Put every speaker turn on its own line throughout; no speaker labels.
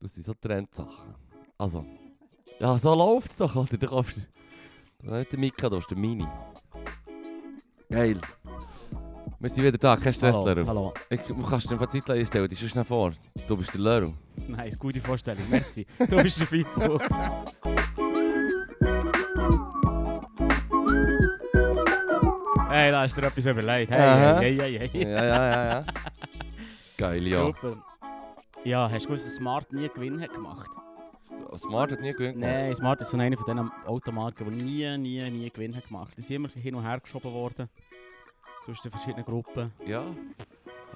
Das sind so Trendsachen. Also, ja, so läuft's doch, oder? Du kaufst du nicht den Mika, du hast den Mini. Geil. Wir sind wieder da, kein Stress,
Hallo,
Leru.
hallo.
Ich, du kannst dir einfach Zeit einstellen, die ist schnell vor. Du bist der Leru.
Nein, ist gute Vorstellung, merci. Du bist der Fippo. hey, da ist dir etwas überlegt.
Aha.
Hey, hey, hey, hey, hey.
Ja, ja, ja, ja. Geil, ja.
Super. Ja, hast du gewusst, dass Smart nie Gewinn hat gemacht?
Smart hat nie gewinnt.
Nein, Smart ist so einer von diesen Automarken, die nie, nie, nie Gewinn hat gemacht. Die sind immer hin und her geschoben worden. Zwischen den verschiedenen Gruppen.
Ja.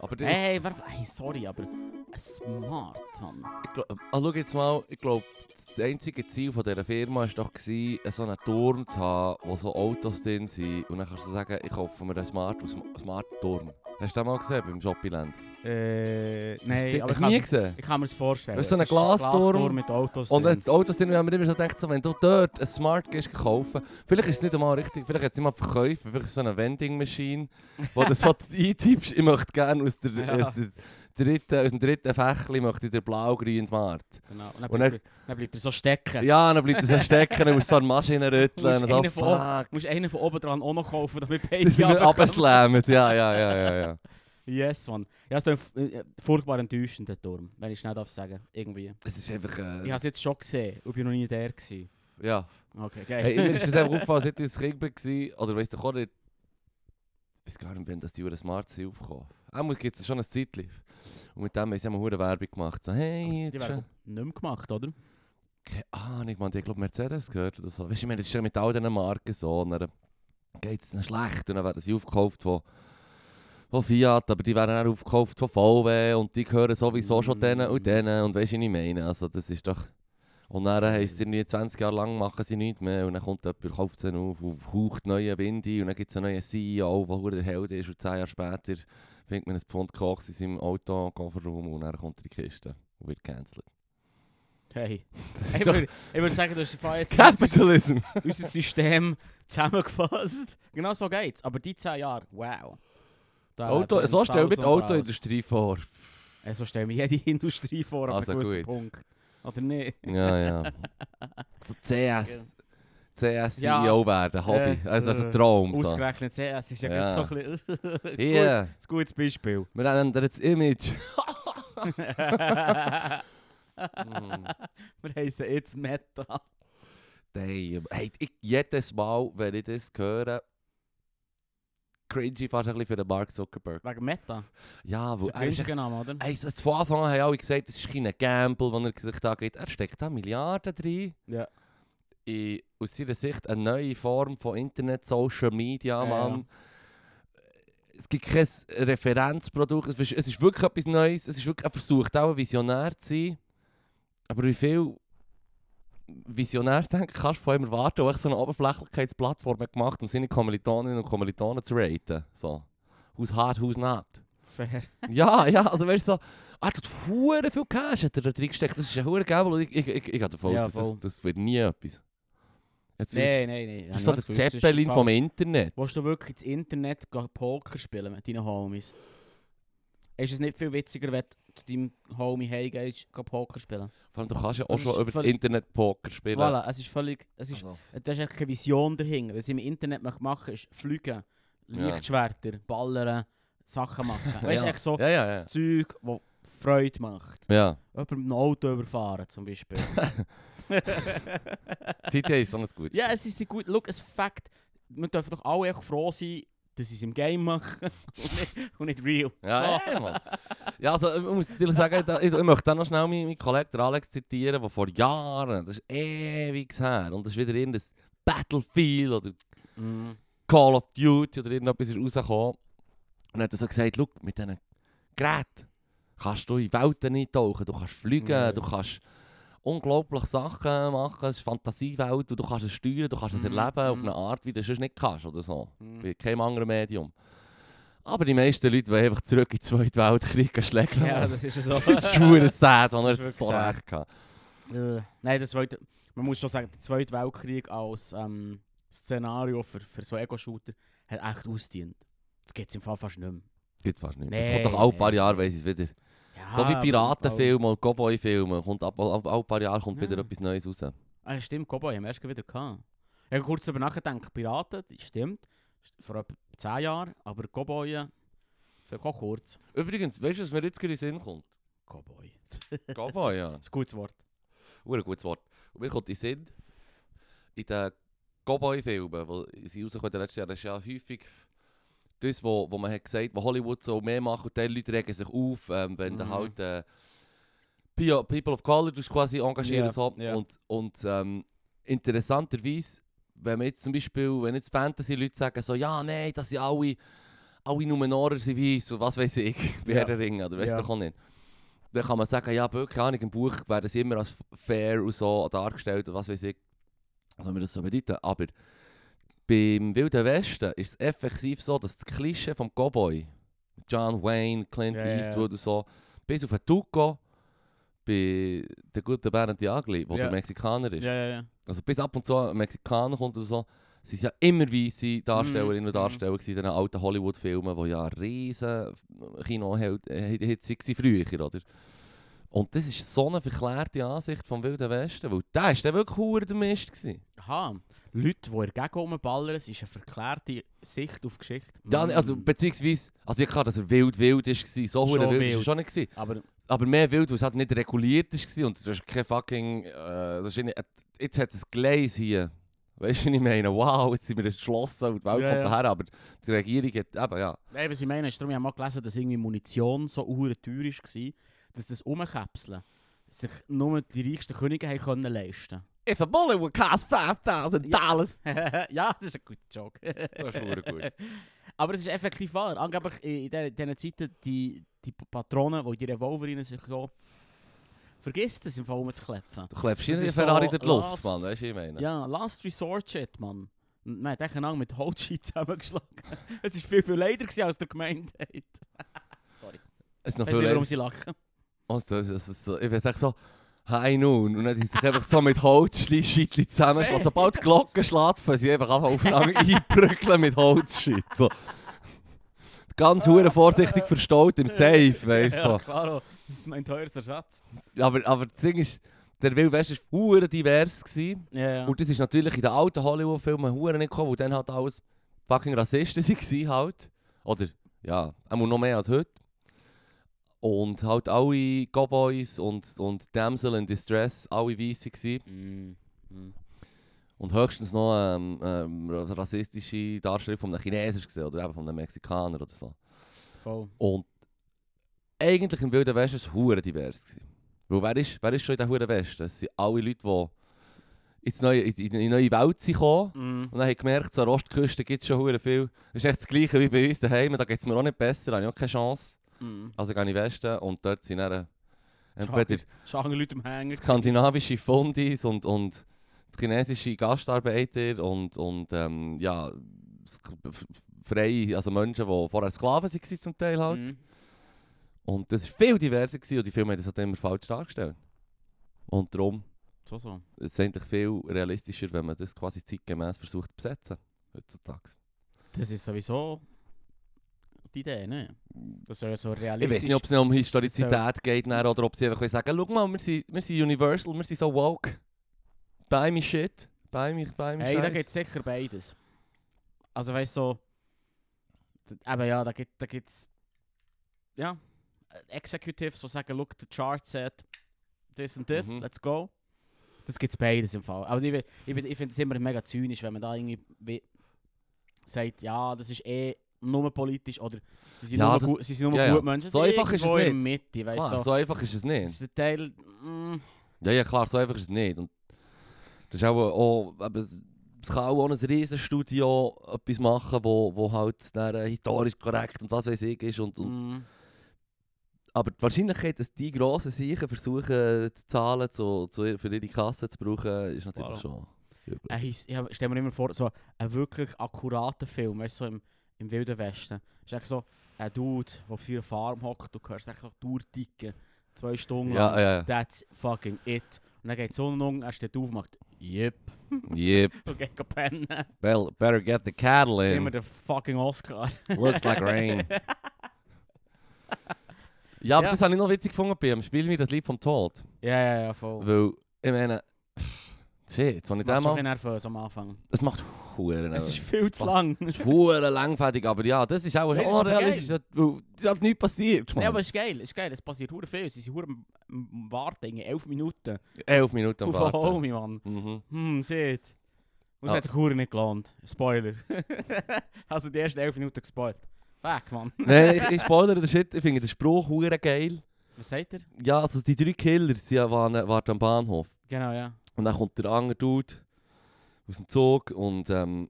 Aber die,
Hey, wer, hey, sorry, aber ein Smart, Mann.
ich glaub, ah, schau jetzt mal, ich glaube, das einzige Ziel von dieser Firma war doch, gewesen, so einen Turm zu haben, wo so Autos drin sind. Und dann kannst du sagen, ich kaufe mir einen Smart, einen Smart Turm. Hast du den mal gesehen beim Shoppyland?
Äh,
Hast
nein,
du
aber ich
nie
kann,
gesehen.
ich kann mir das vorstellen.
Weißt du, so
Es
ein
ist
Glasturm.
mit Autos
Und
drin.
jetzt die Autos drin, wir haben immer so gedacht, so, wenn du dort ein Smart gehst kaufen, vielleicht ist es nicht einmal richtig, vielleicht hat es nicht mal verkauft, vielleicht ist es so eine Vending-Maschine, wo du so eintippst, ich möchte gerne aus, der,
Ja.
aus, der dritten, aus dem dritten Fächli möchte ich den blau-grünen Smart.
Genau. Und dann,
Und
bleibt er, dann bleibt er so stecken.
Ja, dann bleibt es so stecken, dann musst du so eine Maschine
Du musst
rütteln und so,
einen von,
fuck,
oben- musst einen von oben dran auch noch kaufen, damit beide
das ist nicht
runterkommen.
abgeslammt. Ja, ja, ja, ja, ja.
Yes, Mann. Ja, es ist äh, furchtbar enttäuschend, der Turm. Wenn ich schnell darf sagen. Irgendwie.
Es ist einfach,
Ich
äh,
habe es jetzt schon gesehen. Ich bin noch nie der. Gewesen.
ja.
Okay, geil.
Hey, mir ist das einfach aufgefallen, seit ich ein Kind war, oder weißt du auch nicht, ich weiß gar nicht, wann das die Uhren smart Ah, sind aufgekommen. Einmal gibt es schon ein Zeitlicht. Und mit dem haben sie eine hohe Werbung gemacht. So, hey,
Die
jetzt schon...
werden nicht mehr gemacht, oder?
Keine Ahnung, man, ich glaube Mercedes gehört oder so. Weißt du, ich meine, das ist ja mit all diesen Marken so. Und dann geht es ihnen schlecht und dann werden sie aufgekauft von, von Fiat, aber die werden auch aufgekauft von VW und die gehören sowieso schon
Mm.
denen und denen. Und weißt du, was ich meine? Also, das ist doch... Und dann heisst es irgendwie 20 Jahre lang machen sie nichts mehr und dann kommt jemand, kauft sie auf und haucht neue Wind ein und dann gibt es einen neuen CEO, der verdammt der Held ist und 10 Jahre später findet man ein Pfund Koks in seinem Auto, Kofferraum und dann kommt er in die Kiste und wird gecancelt.
Hey.
Das
Ich
ist doch
würde ich würde sagen, du hast vorhin jetzt unser,
Capitalism!
unser System zusammengefasst. Genau so geht's. Aber die 10 Jahre, wow. Da
Auto,
wäre
so stellen wir die
1000 raus.
Autoindustrie vor.
Äh, So stellen wir jede Industrie vor, ab
Also
einem gewissen
gut.
Punkt. Oder nicht?
Ja, ja. So CS. CS
Ja.
CEO werden, Hobby.
Äh,
also, also
äh,
ein Traum. So.
Ausgerechnet CS ist ja,
Ja.
ja. so ein bisschen... ein gutes-
Yeah,
ein gutes Beispiel.
wir ändern das Image.
wir
Mm.
heißen jetzt Meta.
Damn. Hey, ich, jedes Mal, wenn ich das höre, cringe ich fast ein bisschen für den Mark Zuckerberg.
Wegen Meta.
Ja,
Das
wo Äh,
ist ein
er ist
günstiger Name, oder?
Hey, so- von Anfang an haben alle gesagt, es ist kein Gamble, wenn er sich da geht. Er steckt da Milliarden drin.
Ja.
In, aus seiner Sicht eine neue Form von Internet, Social Media,
Ja,
Mann. Es gibt kein Referenzprodukt. Es ist, es ist wirklich etwas Neues. Es ist wirklich, er versucht auch ein Visionär zu sein. Aber wie viel Visionärsdenken kannst du von ihm erwarten, der echt so eine Oberflächlichkeitsplattform hat gemacht um seine Kommilitoninnen und Kommilitonen zu raten? So. Who's hard, who's not?
Fair.
Ja, ja, also weißt du so, ah, du hast hure viel Cash hat er da drin gesteckt. Das ist ein hure Gamble. und Ich, ich, ich, ich gehe davon aus,
Ja,
dass das,
voll.
das wird nie etwas. Jetzt
Nein,
ist,
nein, nein.
das ist so der Zeppelin vom Internet.
Willst du wirklich ins Internet gehen Poker spielen mit deinen Homies? Ist es nicht viel witziger, wenn du zu deinem Homie heimgehst, geh Poker spielen?
Vor allem, du kannst ja auch
Das
schon
ist
über das
völlig-
Internet Poker spielen.
Voilà, es ist völlig... Es ist,
Also,
Da ist echt keine Vision dahinter. Was ich im Internet möchte machen ist fliegen,
Ja.
Lichtschwerter, ballern, Sachen machen. Weißt du,
ja.
echt so
Ja, ja, ja.
Zeug, wo Freude macht.
Ja,
Jemand mit einem Auto überfahren zum Beispiel.
GTA ist alles gut.
ja, es ist die gut. Look, es Fakt. Wir dürfen doch alle echt froh sein, dass sie es im Game machen und, nicht, und nicht real.
Ja, ja, Mann. ja, also ich muss dir sagen, da, ich, ich möchte da noch schnell meinen, meinen Kollegen den Alex zitieren, der vor Jahren, das ist ewig her, und das ist wieder irgendein Battlefield oder
So.
Mhm.
Mm.
Call of Duty oder irgendetwas ist rausgekommen. Und hat er so gesagt, schau, mit diesen Geräten kannst du in Welten eintauchen, du kannst fliegen,
Nein.
du kannst unglaubliche Sachen machen, es ist Fantasiewelt und du kannst es steuern, du kannst es
Mhm,
erleben auf
mhm.
eine Art, wie du es sonst nicht kannst oder so.
Mm.
Bei keinem anderen Medium. Aber die meisten Leute wollen einfach zurück in den Zweiten Weltkrieg schlägen.
Ja, das ist ja so.
das ist schwer sad, wenn er
Das ist
so
wirklich sad.
recht hatte.
Äh, Nein, das wollte, man muss schon sagen, der Zweite Weltkrieg als ähm, Szenario für, für so Ego-Shooter hat echt ausgedient. Das geht im Fall fast nicht mehr.
Gibt es fast nicht mehr.
Nein,
es kommt doch alle paar
nein.
Jahre, weiss ich es wieder.
Ja, Ja,
so wie
aber-
Piratenfilme und Cowboy-Filme. Kommt ab, ab, ab ein paar Jahren kommt wieder
Ja.
etwas Neues raus.
Ah, stimmt, Cowboy haben wir erst wieder gehabt. Ich habe kurz darüber nachgedacht, Piraten, das stimmt, st- vor etwa 10 Jahren, aber Cowboy, vielleicht auch kurz.
Übrigens, weißt du, was mir jetzt gerade in den Sinn kommt?
Cowboy,
Cowboy, ja.
das ist ein gutes Wort.
Ein gutes Wort. Und mir kommt in den Sinn, in den Cowboy-Filmen, die sie rausgekommen in den letzten Jahren, ist ja häufig das, wo, wo man hat gesagt wo Hollywood so mehr macht und dann Leute regen sich auf, ähm, wenn dann
Mhm.
halt äh, Pio- People of Color tust quasi engagieren
Ja,
so.
ja.
Und, und ähm, interessanterweise, wenn man jetzt zum Beispiel, wenn jetzt Fantasy-Leute sagen so, ja, nein, dass sie alle, alle Numenorer sind weiss und was weiß ich, bei
Ja.
Herr der Ringe oder weiss
Ja.
doch auch nicht. Dann kann man sagen, ja, aber keine Ahnung, im Buch werden sie immer als fair und so dargestellt und was weiß ich. Was soll mir das so bedeuten? Aber beim Wilden Westen ist es effektiv so, dass das Klischee vom Cowboy, John Wayne, Clint
Ja, ja, ja.
Eastwood und so, bis auf den Tuco bei der guten Bär und die Agli, wo
Ja.
der Mexikaner ist.
Ja, ja, ja.
Also bis ab und zu ein Mexikaner kommt oder so, sind es ja immer weisse Darstellerinnen
Mhm.
und Darsteller gewesen in diesen alten Hollywood-Filmen, die ja riesen äh, Kinohits waren früher, oder? Und das ist so eine verklärte Ansicht vom Wilden Westen, weil der ist dann wirklich verdammt der Mist gewesen.
Aha, Leute, die in der Gegend rumballern, ist eine verklärte Sicht auf Geschichte.
Ja, ne, also
Mm.
beziehungsweise, also ja klar, dass er wild wild ist, gewesen. so
Schon
hure wild, ist er
wild.
schon nicht gewesen.
aber
Aber mehr wild, weil es halt nicht reguliert ist gewesen und das ist kein fucking, äh, das ist irgendwie- äh, jetzt hat es ein Gleis hier. Weißt du, was ich meine, wow, jetzt sind wir entschlossen und die Welt
Ja,
kommt
ja.
daher, aber die Regierung hat, eben ja,
Nein, was ich meine, ist darum, ich habe mal gelesen, dass irgendwie Munition so hure teuer war, dass das Umkäpseln sich nur die reichsten Könige haben können leisten
If a bullet would cost 5000 dollars.
ja, das ist ein guter Joke.
Das ist verdammt gut.
Aber es ist effektiv wahr. Angeblich äh, in de- diesen Zeiten, die, die Patronen, die in die Revolver rein sind, gekommen, vergisst es im Fall umzuklopfen.
Du klebst hier
Das
eine
ist
Ferrari
so
durch die Luft,
last-
Mann, weißt du, was ich meine.
Ja, Last Resort Shit, Mann. Man hat echt lang mit Holzscheit zusammengeschlagen. es war viel, viel leider gewesen als der Gemeinheit.
Es ist noch
Weißt
viel
du, warum
länger.
sie lachen?
Und das Also, das ist so, ich werd echt so, hi nun. Und dann sind sie sich einfach so mit Holzschlittli zusammenschlagen. Sobald die Glocke schlägt, fangen sie einfach einfach aufeinander einbrückeln mit Holzschlitt. So. Ganz hure vorsichtig verstaut im Safe, weißt du. So.
Ja, klar, das ist mein teuerster Schatz.
Aber, aber das Ding ist, der Wildwest war hure divers. Gewesen.
Ja, ja.
Und das ist natürlich in den alten Hollywood-Filmen hure nicht gekommen, weil dann halt alles fucking Rassisten waren halt. Oder, ja, einmal noch mehr als heute. Und halt alle Cowboys und, und Damsel in Distress, alle weisse waren.
Mm, mm.
Und höchstens noch ähm, ähm, rassistische Darstellung von einem Chinesen gewesen, oder eben von einem Mexikaner oder so.
Voll.
Und eigentlich im Wilden Westen war es hure divers. gewesen. Weil wer ist, wer ist schon in den Huren Westen? Es sind alle Leute, die ins neue, in die in die neue Welt sind gekommen
Mm.
und dann habe ich gemerkt, so an der Ostküste gibt es schon hure viel. Das ist echt das Gleiche wie bei uns daheim, da geht es mir auch nicht besser, da habe ich auch keine Chance.
Mm.
Also gehe ich in den Westen und dort sind dann äh, entweder
Schade. Schade Leute am Hängen.
skandinavische Fundis und, und die chinesische Gastarbeiter und, und ähm, ja, sk- f- freie, also Menschen, die vorher Sklaven waren zum Teil halt.
Mhm.
Und das war viel diverser gewesen, und die Filme haben das halt immer falsch dargestellt. Und darum
So, so.
es ist eigentlich viel realistischer, wenn man das quasi zeitgemäß versucht zu besetzen, heutzutage.
Das ist sowieso die Idee, ne? Das soll ja so
Ich weiß
realistisch
nicht, ob es noch um Historizität geht nachher, oder ob sie einfach sagen, schau mal, wir sind, wir sind Universal, wir sind so woke. Buy me shit. Buy me, buy me
Hey, da
Scheiss.
gibt es sicher beides. Also weißt du, so, d- eben ja, da gibt es, da gibt's, ja, äh, Executives, die sagen, look, the chart said this and this,
Mhm.
let's go. Das gibt es beides im Fall. Aber ich, we- ich, bin- ich finde es immer mega zynisch, wenn man da irgendwie wie, sagt, ja, das ist eh nur politisch oder sie sind
Ja,
nur,
das-
gu- sie sind nur
ja, ja.
gut Menschen.
So einfach ist es
Irgendwo in der Mitte, weißt
Klar,
du.
so.
So,
einfach ist es
das
nicht.
ist der Teil, mm,
Ja, ja, klar, so einfach ist es nicht. Und das ist auch, auch eben, es es kann auch ohne ein Riesenstudio etwas machen, wo, wo halt dann, äh, historisch korrekt und was weiß ich ist. Und, und,
mm,
Aber die Wahrscheinlichkeit, dass die grossen Sicher versuchen, äh, die Zahlen zu, zu, für ihre Kasse zu brauchen, ist natürlich
Voilà.
schon. übel.
Ein His- ich hab- stell mir immer vor, so ein wirklich akkurater Film, weißt du, so im, im Wilden Westen. Ist echt so ein Dude, der auf seiner Farm hockt, du hörst echt noch durchticken. Zwei Stunden
Ja,
lang.
ja,
That's fucking it. Und dann geht so ein Unge, er steht auf und macht, yep,
yep.
und geht pennen.
Well, better get the cattle
Gib mir
in.
den fucking Oscar.
Looks like rain. Ja, aber
Ja.
das habe ich noch witzig gefunden bei ihm. Spiel mir das Lied vom Tod.
Ja, ja, ja, voll.
Weil, ich meine, shit, wenn ich den
das macht schon
mal...
ein nervös am Anfang.
Es macht Huren.
Es ist viel zu lang.
Es ist Huren langfertig, aber ja, das ist auch
Nein, das ist
schon
aber geil.
realistisch. Das weil das ist einfach nichts passiert.
Nein,
Mann.
aber es ist geil, es ist geil. Es passiert hure viel. Sie sind hure am- am warten, irgendwie 11 Minuten.
Elf Minuten am
Auf einen
Warten.
Homie, Mann.
Mhm.
Hm, shit. Und es
Ja.
hat sich hure nicht gelohnt. Spoiler. also die ersten 11 Minuten gespoilt. Fuck, Mann.
Nein, ich, ich spoilere den Shit. Ich finde den Spruch Huren geil.
Was sagt er?
Ja, also die drei Killer sie waren, waren am Bahnhof.
Genau, ja.
Und dann kommt der andere Dude aus dem Zug und ähm,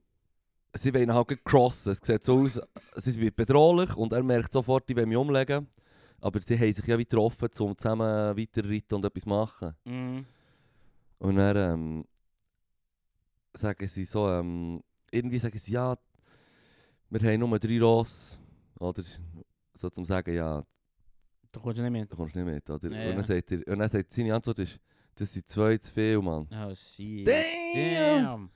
sie wollen ihn halt gleich crossen. Es sieht so aus, sie wird bedrohlich und er merkt sofort, die wollen mich umlegen. Aber sie haben sich ja wie getroffen, um zusammen weiterreiten und etwas machen.
Mhm.
Und dann ähm, sagen sie so, ähm, irgendwie sagen sie, ja, wir haben nur drei Ross. Oder so zum sagen, ja,
Da kommst du nicht mit.
da kommst du nicht mit. Oder?
Ja,
und,
ja.
dann sagt er, und dann sagt seine Antwort ist, das sind zwei zu viel, Mann.
Oh, shit.
Damn!
Damn.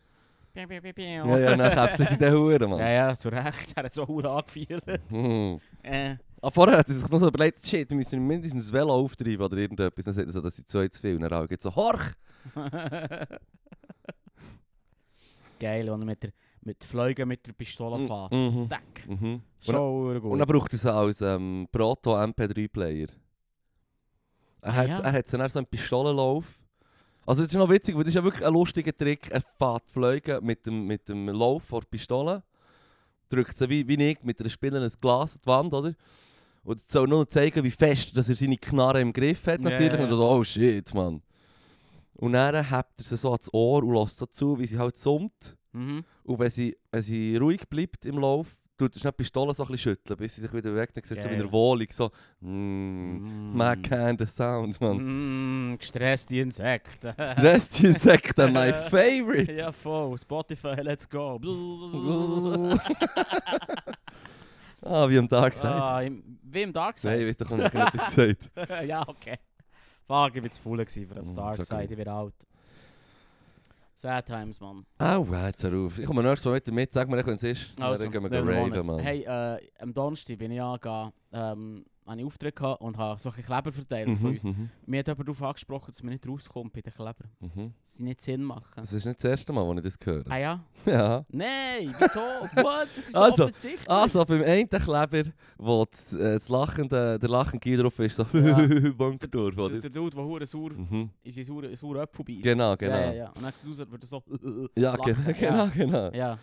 Bam, bam, bam, bam.
Ja, nou, ja, dann kämpft sie in den Huren, Mann.
Ja, ja, zu Recht. Er hat so hure angefühlt.
Hm.
Äh.
Ah, vorher hat er sich noch so überlegt, shit, wir müssen mindestens das Velo auftreiben oder irgendetwas. Dann sagt er so, das sind zwei zu viel. Und dann geht so, horch!
Geil, wenn er mit der mit Flügen mit der Pistole
Mm,
fährt.
mhm.
Tack.
Mhm.
So hure gut.
Und dann braucht er sie als ähm, Proto-MP3-Player. Er
Ah,
hat,
ja.
er hat sie dann so einen Pistolenlauf. Also das ist noch witzig, weil das ist ja wirklich ein lustiger Trick. Er fährt die Flüge mit dem, mit dem Lauf vor der Pistole, drückt sie wie, wie ich mit einer Spinne ein Glas an die Wand, oder? Und es soll nur zeigen, wie fest dass er seine Knarre im Griff hat
Ja,
natürlich.
ja,
Und
ja.
so, oh shit, Mann. Und dann hebt er sie so ans Ohr und lässt so zu, wie sie halt summt.
Mhm.
Und wenn sie, wenn sie ruhig bleibt im Lauf, tut sie schnell die Pistole so ein bisschen schütteln, bis sie sich wieder weg, dann siehst du
Geil.
wieder wohlig, so «Mmm,
Mhm.
man kennt den Sound, man.
Mm, gestresste Insekten.
Stress die Insekten, my favorite!»
ja, voll. Spotify, let's go.
Ah, wie am Dark Side.
ah, im, wie im Dark
Nein, ich
Side.
weiß doch nicht, was das sagt.
ja, okay. Fuck, ich war zu faul gewesen für das
Mm,
Dark
sag
Side,
mal.
ich bin alt. Sad times, Mann.
Aua, jetzt hör auf. Ich komme nächstes Mal wieder mit, sag mir, wenn es ist.
Also,
dann gehen wir
nehmen wir
raven,
Monat.
Mann.
Hey, äh, am Donnerstag bin ich angegangen, ähm, habe ich Auftritt gehabt und habe solche Kleber verteilt von uns.
mhm,
Mir hat jemand darauf angesprochen, dass man nicht rauskommt bei den Klebern.
mhm, mhm.
Dass sie nicht Sinn machen.
Das ist nicht das erste Mal, wo ich das höre.
Ah ja?
Ja.
Nein, wieso? What? Das ist so
Also,
offensichtlich.
Also beim einen Kleber, wo das, äh, das lachende, der lachende Gier drauf ist, so
Ja.
Bankdorf,
der,
oder?
der Dude, der hure sauer
Mhm.
in seinen sauren sauren Apfel beißt.
Genau, genau.
Ja, ja, ja. Und dann sieht es aus, als würde er so...
Ja,
Lachen,
genau, genau,
ja.
genau.
Ja.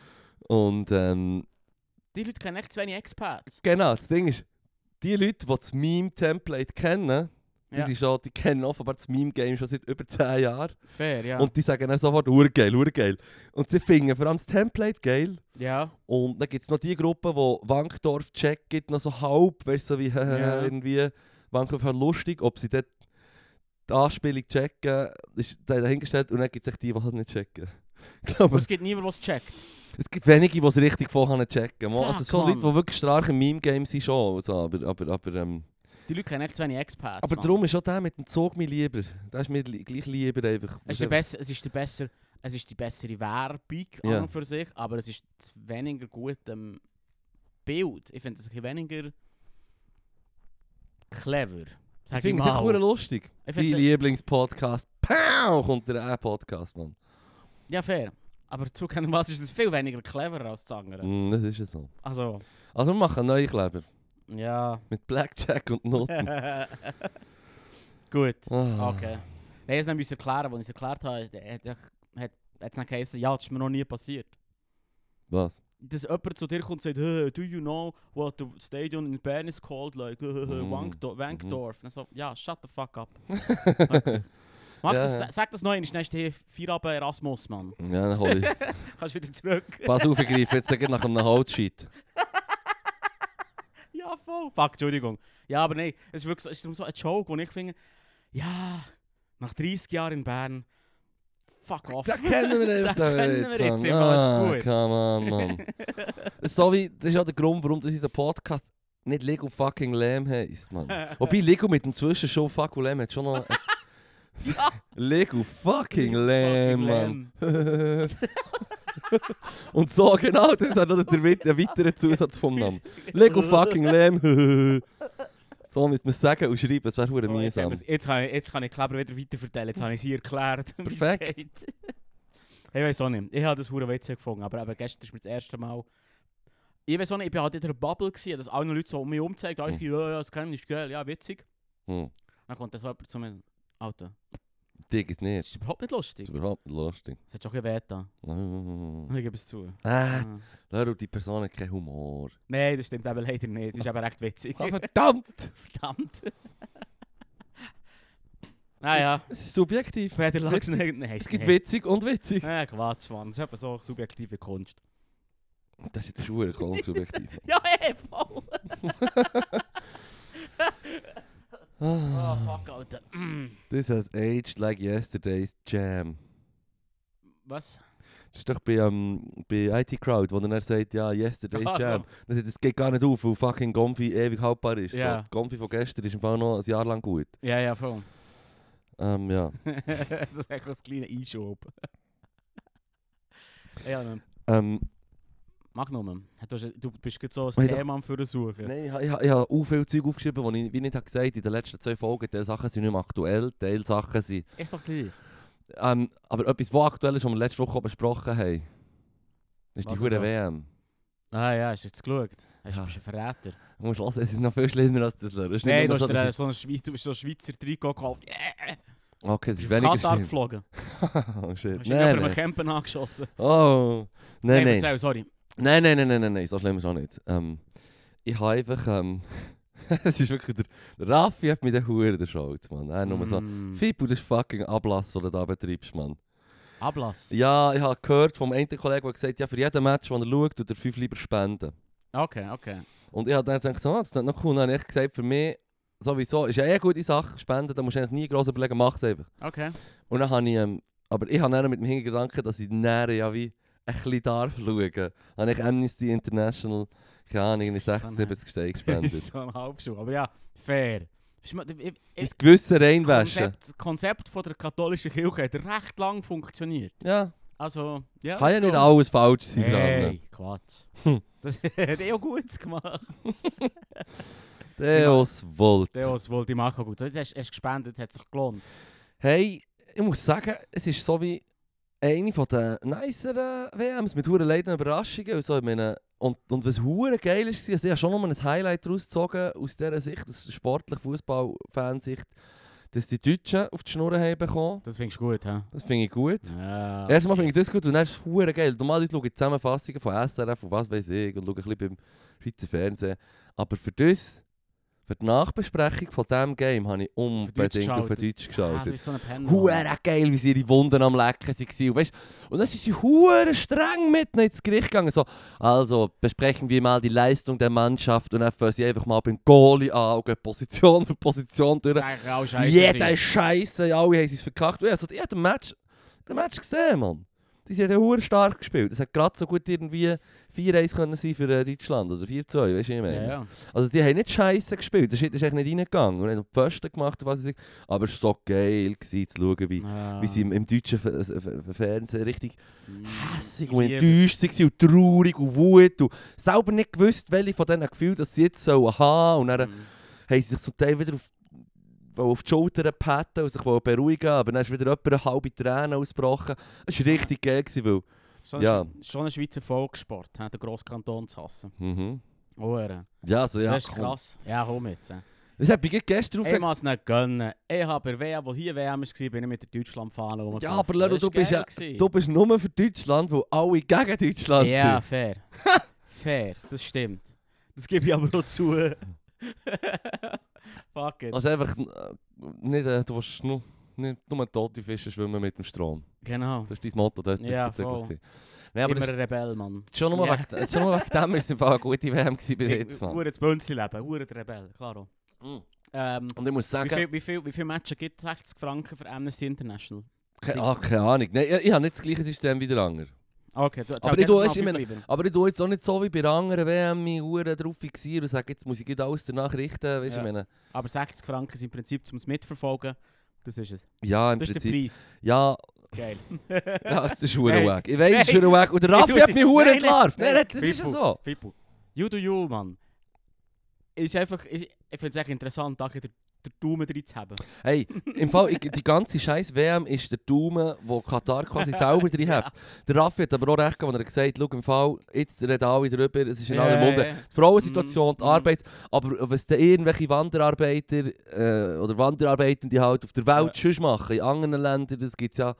Und ähm,
Die Leute kennen echt zu wenig Expats.
genau, das Ding ist, die Leute, die das Meme-Template kennen, die,
Ja.
sind schon, die kennen offenbar das Meme-Game schon seit über 10 Jahren.
Fair, ja.
Und die sagen dann sofort, urgeil, urgeil. Und sie finden vor allem das Template geil.
ja.
Und dann gibt es noch die Gruppe, die Wankdorf Check gibt, noch so halb, weißt du, so wie
Ja.
irgendwie Wankdorf hat lustig, ob sie dort die Anspielung checken, ist da- dahingestellt und dann gibt es echt die, die es nicht checken. Ich
Aber
glaube,
es gibt niemanden, der es checkt.
es gibt wenige, die es richtig vorhaben checken. Mo-
Fuck,
also so
Mann.
Leute, die wirklich stark im Meme-Game sind schon, also, aber, aber, aber, ähm,
Die Leute kennen echt zu wenig Expats.
aber
Mann.
darum ist auch der mit dem Zug mir lieber. Der ist mir li gleich lieber einfach.
Es ist, der besser, es, ist der besser, es ist die bessere Werbung
Ja.
an und für sich, aber es ist das weniger gut ähm, Bild. Ich finde es ein bisschen weniger clever.
ich
Sag ich
finde es echt verdammt
mal.
lustig.
Ich
Mein
find's-
Lieblingspodcast, pow, kommt der Podcast, Mann.
Ja, fair. Aber zugegeben, was ist es viel weniger clever als das andere.
Mm, das ist ja so.
Also,
Also wir machen neue Kleber.
ja.
Mit Blackjack und Noten.
gut,
Ah.
okay. Nein, jetzt müssen wir erklären, als ich es erklärt habe, der hat es hat, hat's dann geheißen, ja, das ist mir noch nie passiert.
Was?
dass jemand zu dir kommt und sagt, hey, do you know what the stadium in Bern is called? Like, äh, äh,
Mhm.
Wankdorf. Wankdorf. Und dann so, ja, shut the fuck up. Mach
Ja, ja.
das, sag das noch einmal, dann ist hier Feierabend Erasmus, Mann.
Ja, dann hol ich.
Kannst wieder zurück.
Pass auf, ich greife jetzt gleich nach einem Holzscheit.
ja, voll. Fuck, Entschuldigung. Ja, aber nein, es ist wirklich so, es ist so ein Joke, wo ich finde, ja, nach 30 Jahren in Bern, fuck off.
Da kennen wir
Da
einfach
kennen wir jetzt
Mann.
einfach, ist
Ah,
gut.
come on, Mann. so wie, das ist ja der Grund, warum das unser Podcast nicht Lego fucking Lamb heisst, Mann. Wobei Lego mit dem Zwischenschub fuck und Lamb hat schon noch... Lego fucking Lamb, Äh, Mann. und so, genau, das hat noch der wit- der weitere Zusatz vom Namen. Lego fucking Lamb. So müsste man es sagen und schreiben, es wäre verdammt
So, jetzt, haben
mühsam.
wir's- jetzt, kann ich, jetzt kann ich clever wieder weiterverteilen. Jetzt habe ich es hier erklärt. wie es
Perfekt.
geht. ich weiß auch nicht. Ich habe das hure WC gefunden, aber eben gestern ist mir das erste Mal. Ich weiß auch nicht, ich war halt in der Bubble, gewesen, dass alle Leute so um mich umzeigen. Alle
Mhm.
die, ja, ja, das Geheimnis ist geil, ja, witzig.
Hm.
Dann kommt dann so jemand zu mir, Alter,
Dick ist
das
nicht.
ist überhaupt nicht
Das
lustig.
ist Äh. überhaupt nicht lustig.
Das hat schon ein bisschen weh getan.
Ah,
Ich gebe es zu. Ah.
Lass die Person hat keinen Humor.
Nein, das stimmt eben leider nicht. Das ist eben recht witzig.
Ah, verdammt!
Verdammt. naja,
Es ist subjektiv.
weder lachst
Witzig.
nicht. Nein,
Es gibt
nicht.
witzig und witzig.
Nein, Quatsch, Mann. Das ist eben so subjektive Kunst.
Das ist jetzt schwer, kaum subjektiv.
Ja, eh, voll. Oh,
Ah,
fuck, Alter. Mm.
This has aged like yesterday's jam.
Was?
Das ist doch bei, ähm, bei IT Crowd, wo er dann sagt, ja, yesterday's
Ah, so.
jam. Dann sagt, es geht gar nicht auf, weil fucking Gomfi ewig haltbar ist.
Ja.
So, Gomfi von gestern ist im Fall noch ein Jahr lang gut.
Ja, ja, voll.
Ähm, ja.
das ist echt ein kleiner Einschub. ja, ne.
Ähm,
Mach nochmal. Du, hast- du bist gerade so
Oh,
ein
ich dacht-
Thema am Versuchen.
Nein, ich, ha- ich, ha- ich habe auch viel Zeug aufgeschrieben, die ich wie nicht hab gesagt in den letzten zwei Folgen. Teil Sachen sind nicht mehr aktuell, Teil Sachen sind.
Ist doch gleich.
Ähm, aber etwas, was aktuell ist, was wir letzte Woche besprochen haben, ist die
Was
Hure
so?
WM.
Ah ja, hast du jetzt geschaut? Hast,
Ja.
Bist du ein Verräter?
Du musst hören, es ist noch viel schlimmer als das. Lehrer. Es ist nicht
Nein, du
nur
hast
so,
dir äh,
dass
so einen Schweiz, du bist so einen Schweizer Trikot gekauft. Yeah.
ich- Okay, es
Du
ist
bist auf
weniger
Katar
schlimm.
geflogen.
oh shit.
Hast du
Nein,
jemanden mit
nein.
Campen angeschossen?
Oh. Nein, nein.
erzähl, sorry.
Nein, nein, nein, nein, nein, nein, so schlimm ist es auch nicht. Ähm, ich habe einfach... Ähm, es ist wirklich... Der Raffi hat mich den Hure erschallt, Mann. Er nur so...
Mm.
Fibu, das ist fucking Ablass, den du da betreibst, Mann.
Ablass.
Ja, ich habe gehört vom einen Kollegen, der gesagt hat, ja, für jeden Match, den er schaut, tut er fünf lieber spenden.
Okay, okay.
Und ich habe dann gedacht, so, ah, das ist noch cool. Dann habe ich echt gesagt, für mich sowieso, ist ja eh eine gute Sache, spenden, da musst du eigentlich nie gross überlegen, mach es einfach.
Okay.
Und dann habe ich, ähm, aber ich habe dann mit dem Hintergedanken, dass ich näher ja wie ein bisschen darf schauen. Habe ich Amnesty International, keine Ahnung, irgendwie
So eine-
60, 70 Steine
ist
gespendet.
so ein Halbschuh. Aber ja, fair. Ist ma- ich- ich-
Mein Gewissen
Das
reinwaschen.
Konzept, das Konzept von der katholischen Kirche hat recht lang funktioniert.
Ja,
Also, ja.
kann ja
let's
nicht
go.
alles falsch sein dran.
Hey, Quatsch.
Hm.
Das hat eh auch gut gemacht.
Deus Volt.
Deus wollte ich machen. Gut, jetzt hast du gespendet, hat sich gelohnt.
Hey, ich muss sagen, es ist so wie eine von den niceren WMs mit hohen Leuten Überraschungen. Und, so, ich meine, und, und was hure geil war, also ich habe schon noch mal ein Highlight rausgezogen aus dieser Sicht, aus sportlich Fußballfansicht, dass die Deutschen auf die Schnur haben bekommen.
Das findest du gut, hä?
Das finde ich gut.
Ja.
Erstmal finde ich das gut und dann ist es hure geil. Normalerweise schaue ich Zusammenfassungen von SRF und was weiß ich und schaue ein bisschen beim Schweizer Fernsehen. dus, Aber für das, für die Nachbesprechung von diesem Game, habe ich unbedingt auf
geschaltet.
Deutsch
Ah,
geschaltet.
du bist so ein Penner. Mann.
Hure geil, wie sie ihre Wunden am Lecken waren. Und, weißt, und dann sind sie hure streng mit ihnen ins Gericht gegangen. So, also besprechen wir mal die Leistung der Mannschaft und dann fangen sie einfach mal beim Goalie an und gehen Position für Position
Das ist
durch.
eigentlich auch scheiße.
Jeder
gewesen.
ist scheiße, ja, alle haben es verkackt. Und ich also, ich habe den Match, den Match gesehen, Mann. Die sind ja hure stark gespielt. Es hat gerade so gut irgendwie 4-1 können sein für äh, Deutschland oder 4-2, weißt du, wie ich meine.
Ja, ja.
Also die haben nicht scheiße gespielt, der Shit ist echt nicht reingegangen und haben Pfosten gemacht und was weiß ich. Aber es war so geil, gewesen, zu schauen, wie,
Ja.
wie sie Ah. im, im deutschen Fe- Fe- Fe- Fernsehen richtig
Mm.
hässig und
Ich liebe
enttäuscht waren und traurig und wut und selber nicht gewusst, welche von diesen Gefühlen dass sie jetzt sollen haben und dann
Mm.
haben sie sich zum Teil wieder auf, wollen auf die Schulter gepatten und sich wollen beruhigen aber dann ist wieder jemand eine halbe Träne ausgebrochen. Es war richtig geil, gewesen, weil...
Schon ein,
Ja.
Sch- schon ein Schweizer Volkssport, hä, den Grosskanton zu hassen.
Mhm.
Hure.
Ja, also ja,
das ist
komm.
krass. Ja, komm jetzt. äh. hä.
Das hat mich gerade gestern
Ich
aufgeregt.
muss es nicht gönnen. Ich habe bei WM, wo hier WM war, bin ich mit der Deutschlandfahne rumgelaufen.
Ja, aber Leru,
Das
du
ist geil
bist ja-
gewesen.
Du bist nur für Deutschland, wo alle gegen Deutschland sind.
Ja, fair. fair, das stimmt. Das gebe ich aber auch zu. Fuck it.
Also einfach, äh, nicht, äh, du willst nur, nicht nur tote Fische schwimmen mit dem Strom.
Genau.
Das ist dein Motto dort.
Ja,
diesbezüglich
voll.
gewesen. Nein, aber
Immer ein
das,
Rebell, Mann.
schon nur
Ja.
wegen, schon nur wegen dem war es im Fall eine gute WM gewesen bis
Ich-
jetzt, Mann.
Hure das Bünzli-Leben, hure der Rebell, klaro.
Mm.
Ähm,
Und ich muss
wie
sagen,
viele wie viel, wie viel Matches gibt es? 60 Franken für Amnesty International?
keine, ah, keine Ahnung. Nein, ich, ich habe nicht das gleiche System wie der andere.
Okay, du,
Aber ich tue es immer- Aber ich tue jetzt auch nicht so wie bei der anderen WM meine Uhren drauf fixieren und sage, jetzt muss ich gleich alles danach richten. Weißt du,
Ja.
ich meine,
Aber 60 Franken sind im Prinzip zum Mitverfolgen. Das ist es.
ja, im
Das ist der
Prinzip.
Preis.
Ja,
Geil.
ja, es ist ein
Nein.
Weg. Ich weiß, es ist
Nein.
ein Weg. Und der
Ich
Raffi
tue
hat
sie-
mich Huren
Nein,
entlarvt.
nein.
Nein, das ist ja
Pipo.
so.
Fippo, you do you, Mann. Ist einfach. Ist, ich finde es echt interessant, da den, den Daumen drin zu haben.
Hey, im Fall, ich, die ganze scheiß WM ist der Daumen, wo Katar quasi selber drin hat. Der Raffi hat aber auch recht, gehabt, als er gesagt hat, schau, im Fall, jetzt reden alle drüber, es ist in
Äh,
aller Munde. Die Frauensituation, die
Mhm.
Arbeit, aber was dann irgendwelche Wanderarbeiter äh, oder Wanderarbeiter, die halt auf der Welt schon machen, in anderen Ländern, das gibt es ja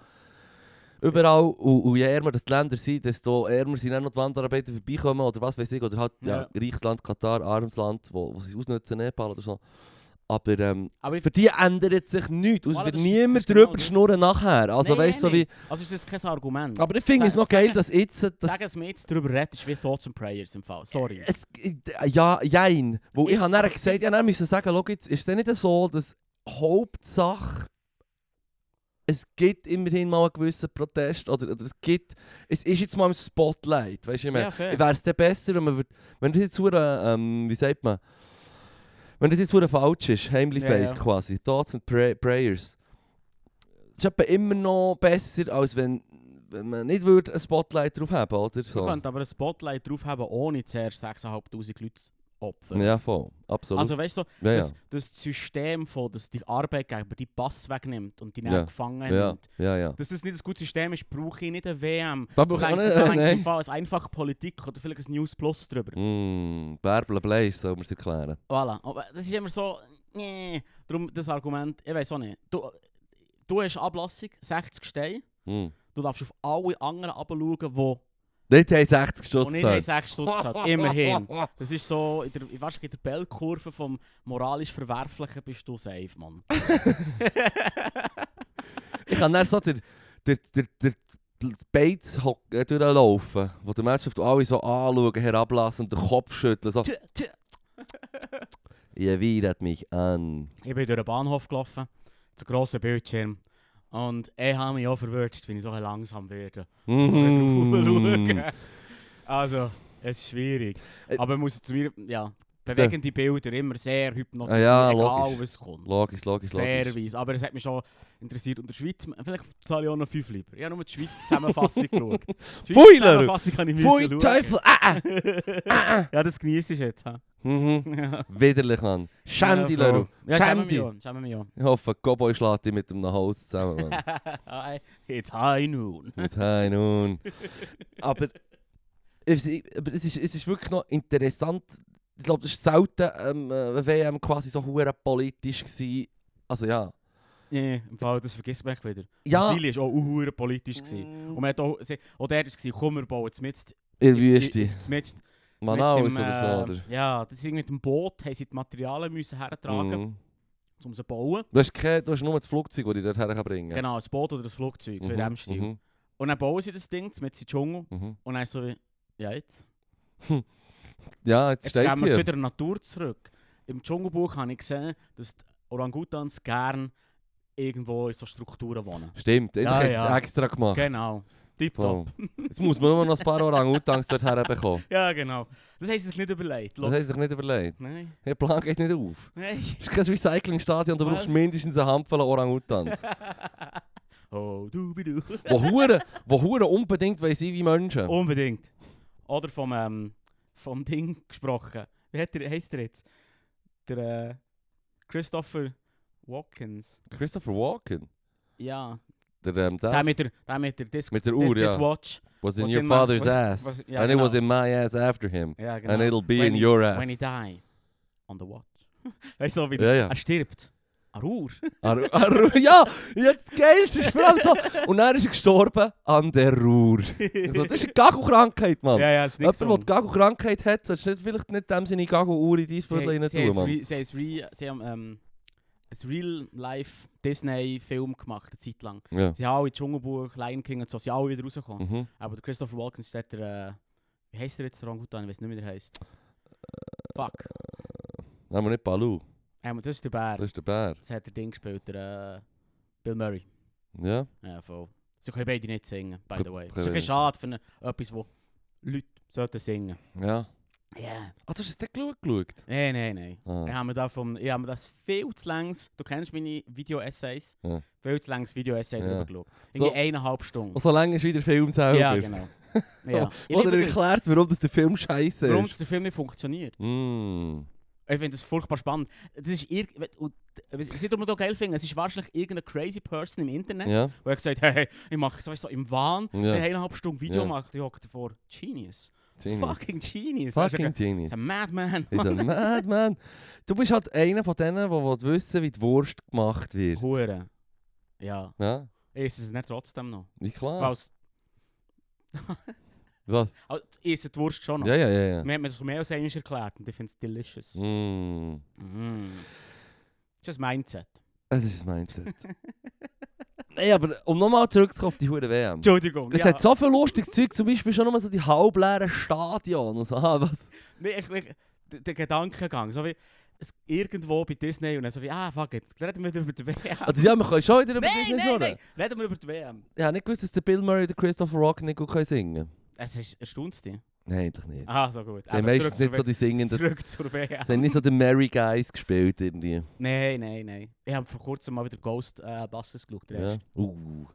überall. Und, und je ärmer das die Länder sind, desto ärmer sind dann noch die Wanderarbeiter vorbeikommen oder was weiß ich. Oder halt ja.
Ja.
reiches Land, Katar, armes Land, wo, wo sie es ausnutzen, Nepal oder so. Aber ähm,
Aber ich,
für die ändert sich nichts. Und es
Voilà,
wird
das- das
niemand
ist genau
drüber
das.
schnurren nachher. Also
Nein,
weißt du, so
nein,
wie...
also ist das kein Argument.
Aber ich finde es
Sag-
noch geil,
sag-
dass jetzt... Das, Äh,
Sagen, dass wir jetzt darüber reden, ist wie Thoughts and Prayers im Fall. Sorry.
es, ja, jein. Wo ich,
Ich-
habe dann gesagt, ich musste sagen, schau jetzt, ist es denn nicht so, dass Hauptsache... Es gibt immerhin mal einen gewissen Protest oder, oder es gibt... Es ist jetzt mal im Spotlight, weißt du, ich meine...
ja, fair.
Wäre es dann besser, wenn, man würd, wenn das jetzt so, ähm, wie sagt man, wenn das jetzt so falsch ist, heimlich
Ja,
face
ja.
quasi, Thoughts and Pray Prayers, ist etwa immer noch besser, als wenn, wenn man nicht würd ein Spotlight drauf haben oder
Wir
so.
könnten aber ein Spotlight drauf haben, ohne zuerst 6'500 Leute zu opfern.
Ja, voll, absolut.
Also weißt du,
ja, ja.
das, das System, von, dass die Arbeitgeber die Pass wegnimmt und die
Ja.
dann gefangen
ja,
nimmt,
ja, ja.
dass das nicht ein gutes System ist, brauche ich nicht eine WM.
Da
Da
brauche ich auch
hängt
nicht,
da hängt
äh,
im Fall eine einfache Politik oder vielleicht ein News Plus drüber.
nein. Mm, Bärbel Blaise, soll man es erklären.
Voilà. Oh, Aber das ist immer so, nee. Darum das Argument, ich weiß auch nicht. Du, du hast Ablassung, 60 Steine.
Mm.
Du darfst auf alle anderen abschauen, die
Dort haben 60
Und nicht haben
Stunden.
6 Stutz gezahlt. Immerhin. Das ist so, in der, in wahrscheinlich in der Bellkurve vom moralisch Verwerflichen bist du safe, Mann.
Ich kann dann so der, der, der, der das Beiz hock- äh, durchlaufen, wo die Menschen auf alle so anschauen, herablassen und den Kopf schütteln. So. Ihr widert mich an.
Ich bin durch den Bahnhof gelaufen, zu grossen Bildschirm. Und ich habe mich auch verwirrt, wenn ich so langsam werde. So mm.
Mhm.
drauf Also, es ist schwierig.
Äh,
Aber man muss zu mir, ja, bewegende Bilder immer sehr hypnotisieren,
Ah ja,
egal
logisch.
was kommt.
Logisch, logisch, logisch.
Fairerweise. Aber es hat mich schon interessiert. Und der Schweiz, vielleicht zahle ich auch noch 5 lieber. Ich habe nur die Schweiz Zusammenfassung geschaut. Die Schweiz
Pfui, Leute.
Zusammenfassung habe ich
Pfui
müssen schauen.
Teufel! Ah, ah.
Ja, das genieße ich jetzt. hä?
Mhm.
Ja.
Widerlich, Mann. Schäm dich,
Ja,
Leru.
Frau. Ja,
Schäm
schämen
dich.
wir uns, schämen wir uns.
Ich hoffe, Cowboy schlägt dich mit dem Haus zusammen, Mann.
Hi, It's high noon.
Jetzt hey, nun. Aber, es, aber es, ist, es ist wirklich noch interessant. Ich glaube, das war selten ähm, äh, WM quasi so hure politisch. Gewesen. Also ja.
Nee, im Fall, das vergisst man echt wieder.
Ja.
Brasilien war auch unhure politisch. Gewesen. Und
Mm.
man hat auch, sie- auch der war, komm, wir bauen äh, es mit.
In der Wüste.
Mit, äh,
Manaus oder so. Oder?
ähm, Ja, das ist mit dem Boot, haben sie die Materialien müssen hertragen,
Mhm.
um sie zu bauen.
Du, hast kein, du hast nur das Flugzeug, das dich dort her kann bringen kann.
Genau, das Boot oder das Flugzeug, so in dem Stil.
Mhm.
Und dann bauen sie das Ding, mit in den Dschungel.
Mhm.
Und dann so wie, ja jetzt.
Ja, jetzt,
Jetzt
steht
gehen wir
es
zu
hier.
der Natur zurück. Im Dschungelbuch habe ich gesehen, dass die Orangutans gern irgendwo in so Strukturen wohnen.
Stimmt, ich
Ja,
habe
ja.
es extra gemacht. Voll.
Genau. Tipptopp.
Jetzt muss man nur noch ein paar Orang-Utans dort herbekommen.
Ja, genau. Das haben sie sich nicht überlegt.
Das
Lo-
haben sie sich nicht überlegt.
Nein.
Der Plan geht nicht auf.
Nein.
Das ist kein Recyclingstadion, du
Was?
brauchst mindestens eine Handvoll Orang-Utans.
Oh, du du.
wo Huren wo Huren unbedingt wollen sein wie Menschen.
Oh. Unbedingt. Oder vom, ähm, vom Ding gesprochen. Wie hat der, heisst der jetzt? Der äh, Christopher Watkins.
Christopher Walken,
Ja.
der, ähm,
Der
der
mit der, der mit der Disc
mit der
Dis-
Uhr, ja.
Discwatch.
Was in
was
your
in my-
father's
was-
ass.
was- ja,
and it was
genau.
in my ass after him.
Ja,
And
genau.
it'll be
When
in
he-
your
When he
ass.
die. On the watch. weißt du, so wie
Ja, ja.
er stirbt. An der Uhr.
Ar- Ar- ja, jetzt geilste ist vor allem so. Und dann ist er gestorben an der Ruhr. Also, das ist eine Gago-Krankheit, Mann.
ja, ja, ist
Jemand, der die Gago-Krankheit hat, solltest du nicht, vielleicht nicht dem seine Gago-Uhr in dein Viertel rein
Sie haben
tun,
es
Mann.
re- sie haben es re- sie haben ähm, ein Real-Life-Disney-Film gemacht, eine Zeit lang.
Ja.
Sie haben alle Dschungelbuch, Lion King und so, sie sind alle wieder rausgekommen.
Mhm.
Aber der Ah, Christopher Walken ist dort der, äh, wie heisst der jetzt, der Rangutan? Ich weiß nicht, wie der heisst.
Eh,
Fuck.
Nein, aber nicht Baloo.
Ähm, das ist der Bär.
Das ist der Bär.
Das hat der Ding gespielt, der äh, Bill Murray.
Ja.
Ja, voll. Sie können beide nicht singen, by the way.
Können
Das ist
wir
ein bisschen
nicht.
schade für eine- etwas, wo Leute sollten singen.
Ja.
Ja. Yeah.
Ah, du hast es nicht geschaut? geschaut?
Nein, nein, nein. Ich
Ah.
habe mir, da vom- ich habe mir das viel zu längs, du kennst meine Video-Essays,
Ja.
viel zu längs Video-Essay
Ja.
drüber geschaut.
So-
Irgendwie eineinhalb Stunden.
Und so lange ist wieder der Film selber.
ja, genau. ja. Ich
Oder
liebe
er
das.
erklärt, warum das der Film scheiße
Warum
ist.
der Film nicht funktioniert.
Mm.
Ich finde das furchtbar spannend. Das ist irgend... und- Was ich darum auch geil finde, es ist wahrscheinlich irgendeine crazy person im Internet,
Ja,
der hat gesagt, hey, hey, ich mache so, so im Wahn
Ja.
eine eineinhalb Stunden Video
Ja.
macht. Ich hocke davor. Genius.
genius.
Fucking genius.
Fucking
He's
genius.
a madman.
He's a madman. Du bist halt einer von denen, der will wissen wie die Wurst gemacht wird.
Hure. Ja.
Ja,
Ist es nicht trotzdem noch?
wie klar.
Falls...
Was?
Also, Ist die Wurst schon noch?
Ja, ja, ja. ja.
Mir hat man es mehr als einmal erklärt und ich finde es delicious.
Mm.
Mm. Das ist ein Mindset.
Es ist ein Mindset. Nein, aber um nochmal zurückzukommen auf die Hure WM.
Entschuldigung.
Es
ja.
hat so viel lustiges Zeug, zum Beispiel schon nochmal so die halbleeren Stadion. Und so, ah, was?
Nee, ich, ich, der, der Gedankengang. So wie es irgendwo bei Disney und dann so wie, ah fuck it, reden wir über die WM.
Also ja, wir können schon wieder über
nein,
Disney
nein,
schnurren.
nein, reden wir über die WM.
Ich habe nicht gewusst, dass der Bill Murray und der Christopher Rock nicht gut können singen
Es ist erstaunt dich.
Nein, eigentlich nicht.
Ah, so gut.
Sie haben
Aber
meistens
zurück,
nicht so
zur
die
W-
singenden...
zurück zur
Sie
WM.
haben nicht so die Merry Guys gespielt irgendwie.
Nein, nein, nein. Ich habe vor kurzem mal wieder Ghost äh, Basses geschaut. der
Ja.
erste.
Uh.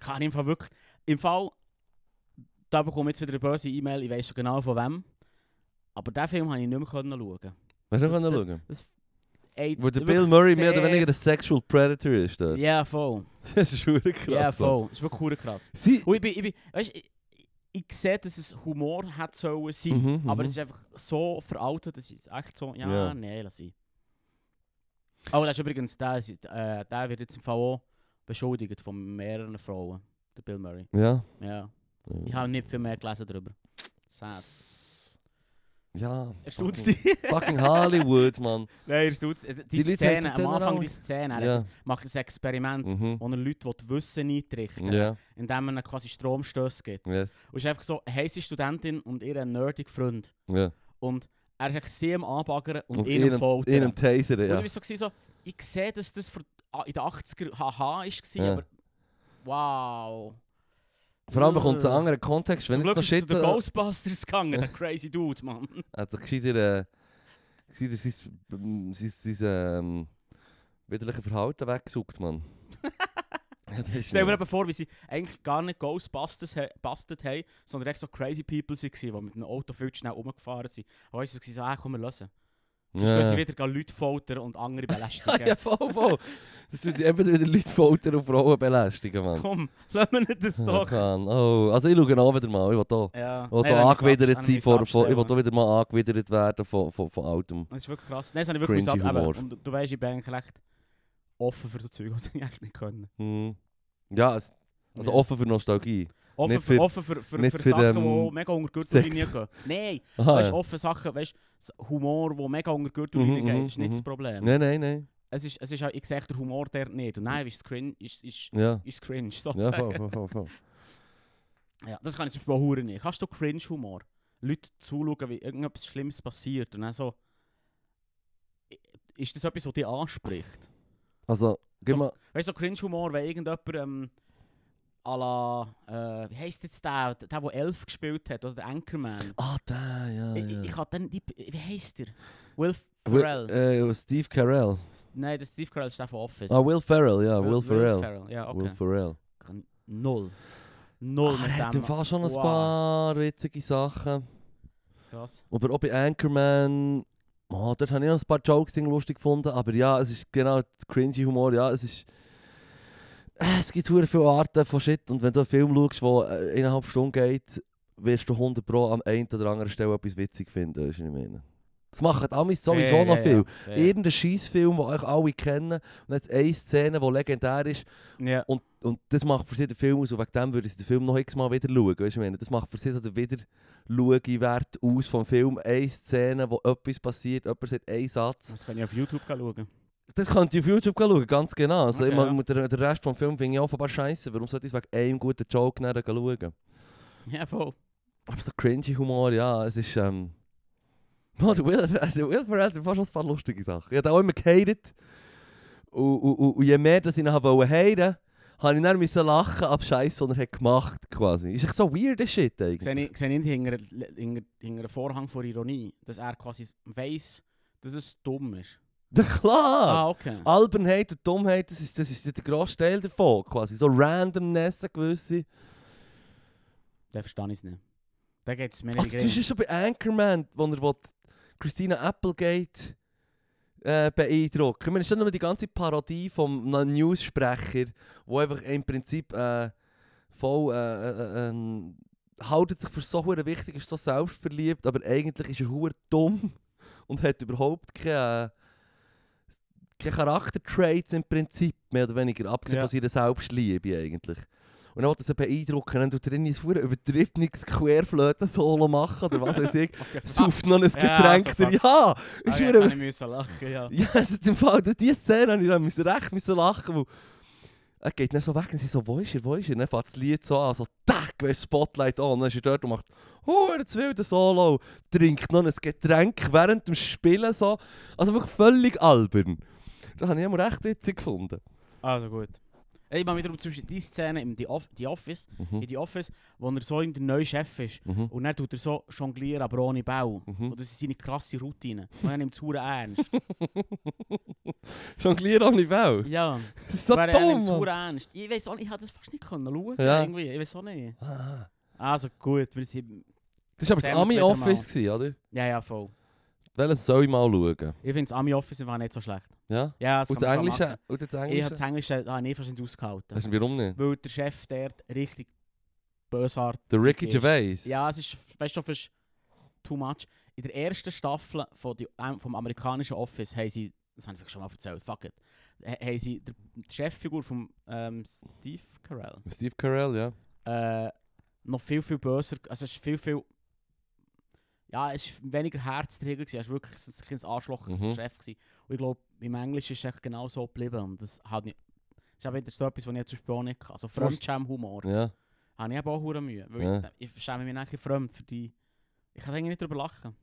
Kann ich im Fall wirklich. Im Fall, da bekomme ich jetzt wieder eine böse E-Mail, ich weiß schon genau von wem. Aber diesen Film konnte ich nicht mehr können schauen.
Weißt du,
Das-
noch
das-
schauen?
Ey,
Wo der Bill
wirklich
Murray mehr oder
sehr-
weniger ein Sexual Predator ist.
Ja,
Dort.
voll.
Das ist wirklich
Ja,
krass.
voll. Das ist wirklich hure krass.
Sie...
Und ich bin, ich bin, weißt, ich, ich- ich sehe, dass es Humor hat sollen sein,
Mhm,
aber
mhm.
es ist einfach so veraltet, dass ich jetzt echt so, ja,
Ja.
nein, lass sein. Oh, das ist übrigens, der, ist- äh, der wird jetzt im Fall auch beschuldigt von mehreren Frauen, der Bill Murray.
Ja.
Ja. Ich habe nicht viel mehr gelesen darüber. Sad.
Ja.
Erstaunt
fucking-
dich?
Fucking Hollywood, Mann.
nein, erstaunt Die, die
Die Leute
Szene,
setzen
am
dann
Anfang
auch-
die Szene, er
Ja.
hat das- macht ein Experiment,
Mhm.
wo er Leute will Wissen eintrichten
Ja,
indem man ihnen quasi Stromstöße gibt.
yes.
Und es ist einfach so, heisse Studentin und ihr nerdig Freund.
Ja.
Und er ist eigentlich sehr am Anbaggern und,
Und
ihn am Foltern.
In einem Taser,
Und ich
ja.
war so, gewesen, so, ich sehe, dass das vor, ah, in den 80er haha war,
Ja.
aber wow.
Vor allem bekommt es einen
Ugh.
anderen Kontext. Wenn
Zum
jetzt
Glück
noch
ist es
Shit... äh,
zu den Ghostbusters gegangen, der crazy Dude, Mann.
hat sich gescheiter, äh, gescheiter sein, ähm, sein, sein ähm, widerliches Verhalten weggesucht, Mann. ja, das ist
Stell mir
ja-
eben vor, wie sie eigentlich gar nicht Ghostbusters he- bastet haben, sondern echt so crazy people waren, die mit einem Auto viel zu schnell rumgefahren sind. Und weißt du, sie so, ah, komm, wir lösen. Sonst
Ja.
gehen sie wieder gehen Leute foltern und andere
Ja,
belästigen.
ja, voll, voll. Das tut eben wieder Leute foltern und Frauen belästigen, Mann.
Komm, lassen wir nicht das
Ja,
doch.
Mann. Oh, also ich schaue auch wieder mal. Ich will da,
Ja.
ich will
Nein,
da
lass mich
angewidert
abs-
sein,
lass
vor,
mich
vor, ich will
abstellen.
da wieder mal angewidert werden von, von, von altem.
Das ist wirklich krass. Nein, das habe ich wirklich
Cringy
gesagt. Aber,
Humor.
und du- du weißt, ich bin eigentlich recht offen für so Zeug, was ich eigentlich nicht können.
Hm. Ja, es, also
Ja.
offen für Nostalgie.
Offen
Nicht
für,
für-
offen für, für,
nicht
für,
für,
Sachen, die
ähm,
mega unter die Gürtellinie
Sex.
gehen. Nein,
Aha,
weißt,
Ah, ja.
offen Sachen, weißt, s- Humor, der mega unter die
Mhm,
Gürtellinie geht,
mhm,
das ist nicht
mhm.
das Problem.
Nein, nein, nein.
Es ist, es ist, halt- ich sehe den Humor der nicht. Und nein, ist es cringe, ist, ist,
Ja,
ist cringe
ja
sozusagen.
voll, voll, voll, voll.
Ja, das kann ich zum Beispiel auch verdammt nicht. Hast du Cringe-Humor? Leute zuschauen, wie irgendetwas Schlimmes passiert und dann so... Ist das etwas, was dich anspricht?
Also, gib
So-
mal...
Weißt du, so Cringe-Humor, wenn irgendjemand ähm, à la, äh, wie heisst jetzt der, der, der Elf gespielt hat, oder der Anchorman.
Ah, da, ja,
Ich,
ja.
ich, ich hab den, die, wie heisst der? Will
Will-
Ferrell.
äh, Steve Carell.
S- Nein, der Steve Carell ist der von Office.
Ah, Will Ferrell, ja,
Will-
Will, Ferrell.
Ja,
Will
okay.
Ferrell.
Kann- Null. Null
Ah, er
mit
hat im
dem.
Fall schon ein
Wow.
paar witzige Sachen.
Krass.
Aber auch bei Anchorman, oh, dort habe ich auch ein paar Jokes die ich lustig gefunden. Aber ja, es ist genau der cringy Humor, ja, es ist... Äh, Es gibt sehr viele Arten von Shit und wenn du einen Film schaust, der äh, eineinhalb Stunden geht, wirst du 100 Pro am einen oder anderen Stelle etwas witzig finden, weisst du, was ich meine. Das machen die Amis sowieso
Fair,
noch
ja,
viel.
ja, fair.
Irgendein Scheißfilm, den euch alle kennen. Und jetzt eine Szene, die legendär ist.
Ja.
Und, und das macht für sie den Film aus. Und wegen dem würde ich den Film noch x-mal wieder schauen. Weißt du, ich meine, das macht für sie so den Wiederschauwert aus vom Film. Eine Szene, wo etwas passiert, jemand sagt einen Satz.
Das kann ich auf YouTube schauen.
Das könnt ihr auf YouTube schauen, ganz genau. Also,
Okay,
ich meine,
ja.
mit der, der Rest vom Film finde ich offenbar scheiße. Warum sollte ich es wegen einem guten Joke nachher schauen?
Ja, voll.
Aber so cringy Humor, ja, es ist. Ähm, Mann, der Will, also Will Ferrell hat fast schon ein paar lustige Sachen. Ich habe auch immer gehatet. Und, und, und, und je mehr dass ich ihn haten wollte, habe ich dann müssen lachen ab Scheiß, den er hat gemacht quasi. Ist echt so weirder Shit eigentlich.
Sehe ich, sehe ich nicht hinter, hinter, hinter einem Vorhang von Ironie, dass er quasi weiss, dass es dumm ist.
Ja, klar!
Ah, okay.
Albernheit und Dummheit, das ist, das ist der grosse Teil davon quasi. So Randomness, eine gewisse.
Dann verstehe ich es nicht. Dann geht es mir
Also,
nicht
das ist
rein.
schon bei Anchorman, wo er will Christina Applegate äh, beeindrucken. Ich meine, es ist ja nur nou die ganze Parodie vom na- News-Sprecher, wo einfach im Prinzip äh, voll äh, äh, äh, ähm, haltet sich für so hure wichtig, ist so selbstverliebt, aber eigentlich ist er hure dumm und hat überhaupt keine, äh, keine Charaktertraits im Prinzip, mehr oder weniger, abgesehen von
Ja.
seiner Selbstliebe eigentlich. Und dann will er sie beeindrucken, dann tut er in ein hure übertriebenes Querflöten-Solo machen oder was weiß ich.
Okay, fuck.
Sauft noch ein
Ja,
Getränk
also
der Ja!
Ah,
Ist
jetzt
hure-
habe ich müssen lachen, ja.
ja, also im Fall, diese Szene habe ich dann müssen recht müssen lachen weil er geht dann so weg und sie so, wo ist er, wo ist er? Und dann fängt das Lied so an, so tack, wer Spotlight an. Und dann ist er dort und macht «Huer, zu wilde Solo!» Trinkt noch ein Getränk während dem Spielen so. Also wirklich völlig albern. Das habe ich immer recht witzig gefunden.
Also gut. Ich meine wiederum zwischen die Szene im The, Off The Office, in
Mhm.
The Office, wo er so in der neue Chef ist.
Mhm.
Und dann tut er so jonglieren, aber ohne Bau.
Mhm.
Und das ist seine krasse Routine. Und er nimmt es hure ernst.
Jonglieren ohne Welt.
ja.
Das ist so
aber er nimmt es
dumm.
hure ernst. Ich weiß auch nicht, ich habe das fast nicht können schauen.
Ja.
Irgendwie. Ich weiß auch nicht.
Ah.
Also gut, wir sind...
Das war aber das
Sehen wir's wieder
Ami-Office, gewesen, oder?
Ja, ja, voll.
Welches soll ich mal schauen?
Ich finde das Ami Office war nicht so schlecht.
Ja?
Ja, das
Und
kann
das
man schon
Englische?
machen.
Und das
Ich habe
Englische?
das Englische ah, nee, fast nicht ausgehalten.
Weißt du, warum nicht?
Weil der Chef dort richtig bösartig
Der Ricky
ist-
Gervais?
Ja, es ist, weißt du, fast too much. In der ersten Staffel von die, ähm, vom amerikanischen Office haben sie, das habe ich vielleicht schon mal erzählt, fuck it, ha- haben sie der- die Cheffigur von ähm, Steve Carell
Steve Carell, ja.
äh, noch viel, viel böser, also es ist viel, viel, ja, es war weniger Herzträger, gewesen. er war wirklich ein, ein
Mhm.
Arschloch-Chef. gewesen. Und ich glaube, im Englischen ist es echt genau so geblieben. Und das hat nicht, das ist eben so etwas, was ich zum Beispiel auch nicht kann. Also Fremdscham-Humor.
ja.
Habe ich eben auch hure Mühe. Weil
Ja.
ich, ich schäme mich eigentlich fremd für die. Ich kann eigentlich nicht drüber lachen.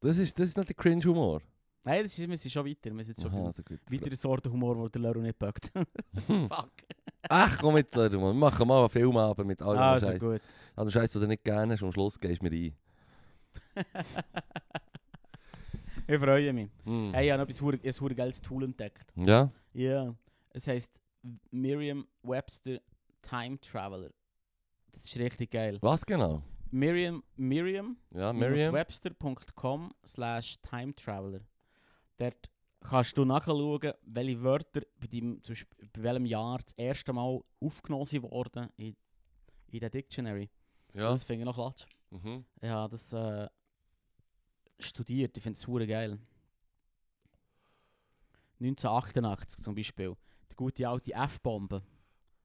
Das ist, das ist nicht der Cringe-Humor.
Nein, das ist, wir sind schon weiter. Wir sind so
Aha,
bei
also gut.
weiteren Sorten Humor, wo der Lero nicht packt.
Hm.
Fuck.
Ach äh, komm jetzt, Leute, Mann. wir machen mal einen Film aber mit all dem
also
Scheiß.
Ah, gut.
Also Scheiß, den du nicht gerne hast, am Schluss gehst du mir ein.
ich freue mich.
Hm.
Hey, ich habe noch etwas hure- ein hure geiles Tool entdeckt.
Ja?
Ja. Es heisst Merriam Webster Time Traveler. Das ist richtig geil.
Was genau?
Merriam, Merriam
Ja, Ah, Miriam?
webster.com slash time traveler. Dort kannst du nachschauen, welche Wörter bei, deinem, zum Beispiel bei welchem Jahr das erste Mal aufgenommen wurden in, in der Dictionary.
Ja.
Das finde ich noch klatsch.
Mhm.
Ich habe das äh, studiert, ich finde es hure geil. 1988 zum Beispiel. Die gute alte F-Bombe.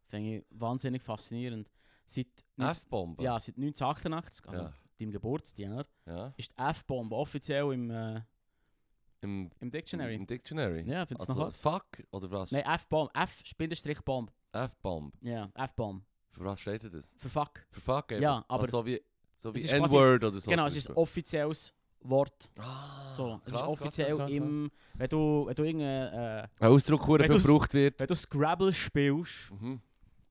Finde ich wahnsinnig faszinierend. Seit, 19
F-Bombe?
ja, seit 1988, also
ja.
deinem Geburtsjahr,
ja.
ist die F-Bombe offiziell im, äh,
Im
im Dictionary.
Im Dictionary?
Ja, findest du
also,
noch hart?
Fuck oder was?
Nein, F-Bomb. F-Bomb.
F-Bombe.
Ja, F-Bomb.
Für was steht denn das?
Für fuck.
Für Fuck eben?
Ja,
Also
aber-
so wie, so wie
Es ist quasi-
N-Word oder so.
genau, es
zum
ist ein
Beispiel.
offizielles Wort.
Ah,
So, es
krass,
ist
krass,
offiziell
krass, krass,
im. Wenn du, wenn du irgendein. Äh,
krass. Ein Ausdruck, der
Wenn
viel
du's-
gebraucht wird.
wenn du Scrabble spielst,
Mhm.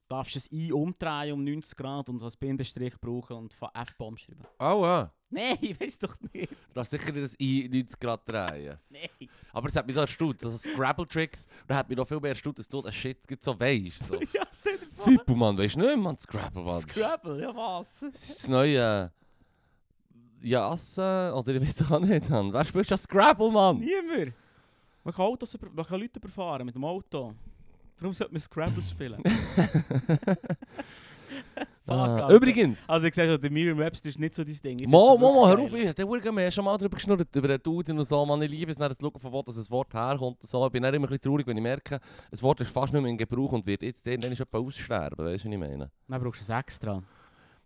darfst du es I umdrehen um 90 Grad und als Bindestrich brauchen und von F-Bomb schreiben.
Oh ja.
Nein, ich weiß doch nicht.
Darf sicher nicht das I 90 Grad drehen.
Nein.
Aber es hat mich so erstaunt. Also Scrabble-Tricks, da hat mich noch viel mehr erstaunt, dass du das Shit jetzt so weisst. So.
ja, stell dir vor.
Fippo, Mann, weisst du nicht, Mann, Scrabble, Mann.
Scrabble, ja was?
Das ist das neue... Jassen, oder ich weiß doch auch nicht, Mann. Wer spielt schon Scrabble, Mann?
Niemand. Man kann, Autos über, man kann Leute überfahren mit dem Auto. Warum sollte man Scrabble spielen? Fuck,
Ah,
Alter.
Übrigens,
Also ich sage so, der Miriam Webster ist nicht so dein Ding. Ich
Mo,
find's
Mo, Mo, hör
wirklich
auf, ich habe mir schon mal darüber geschnurrt, über den Duden und so, Mann, ich liebe es, dann zu schauen, von wo das ein Wort herkommt und so. Ich bin dann immer ein bisschen traurig, wenn ich merke, ein Wort ist fast nicht mehr in Gebrauch und wird jetzt irgendwann ist jemand aussterben, weißt du, was ich meine?
Dann brauchst du ein extra.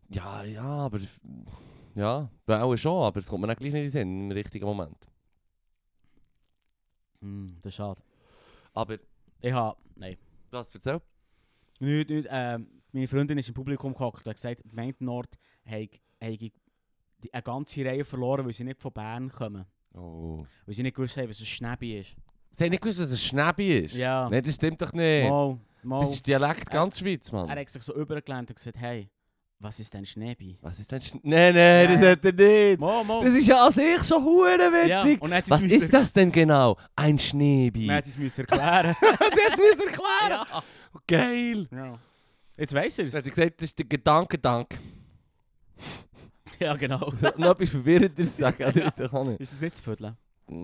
Ja, ja, aber. Ja, auch schon, aber es kommt mir dann gleich nicht in den Sinn im richtigen Moment.
Hm, das ist schade.
Aber,
Ich habe... Nein.
was erzählt?
Nicht, nicht, ähm, meine Freundin ist im Publikum gehockt und hat gesagt, im Nord habe ich die- eine ganze Reihe verloren, weil sie nicht von Bern kommen.
Oh.
Weil sie nicht gewusst haben, was ein Schnäbi ist.
Sie haben nicht gewusst, dass es ein Schnäbi ist.
Ja.
Nein, das stimmt doch nicht.
Mal, mal.
Das ist Dialekt ganz Schweiz,
Er
Mann.
hat sich so übergelehnt und gesagt, hey, was ist denn Schnäbi?
Was ist denn Schn Nein, nein, das
Nein.
hat er nicht.
Mal, mal.
Das ist ja an sich schon
Ja,
hurenwitzig.
und dann hat sie es
Was
müssen-
ist das denn genau? Ein Schneebi.
Dann hat sie es müssen erklären.
das müssen erklären.
ja.
Oh, Geil.
ja. dus. Jetzt weiß er
Dann hat
es.
sie gesagt, das ist der Gedankendank.
Ja, genau. Dus
Noch etwas Verwirrendes sagen, das ist doch auch nicht.
Ist das nicht zu vierteln?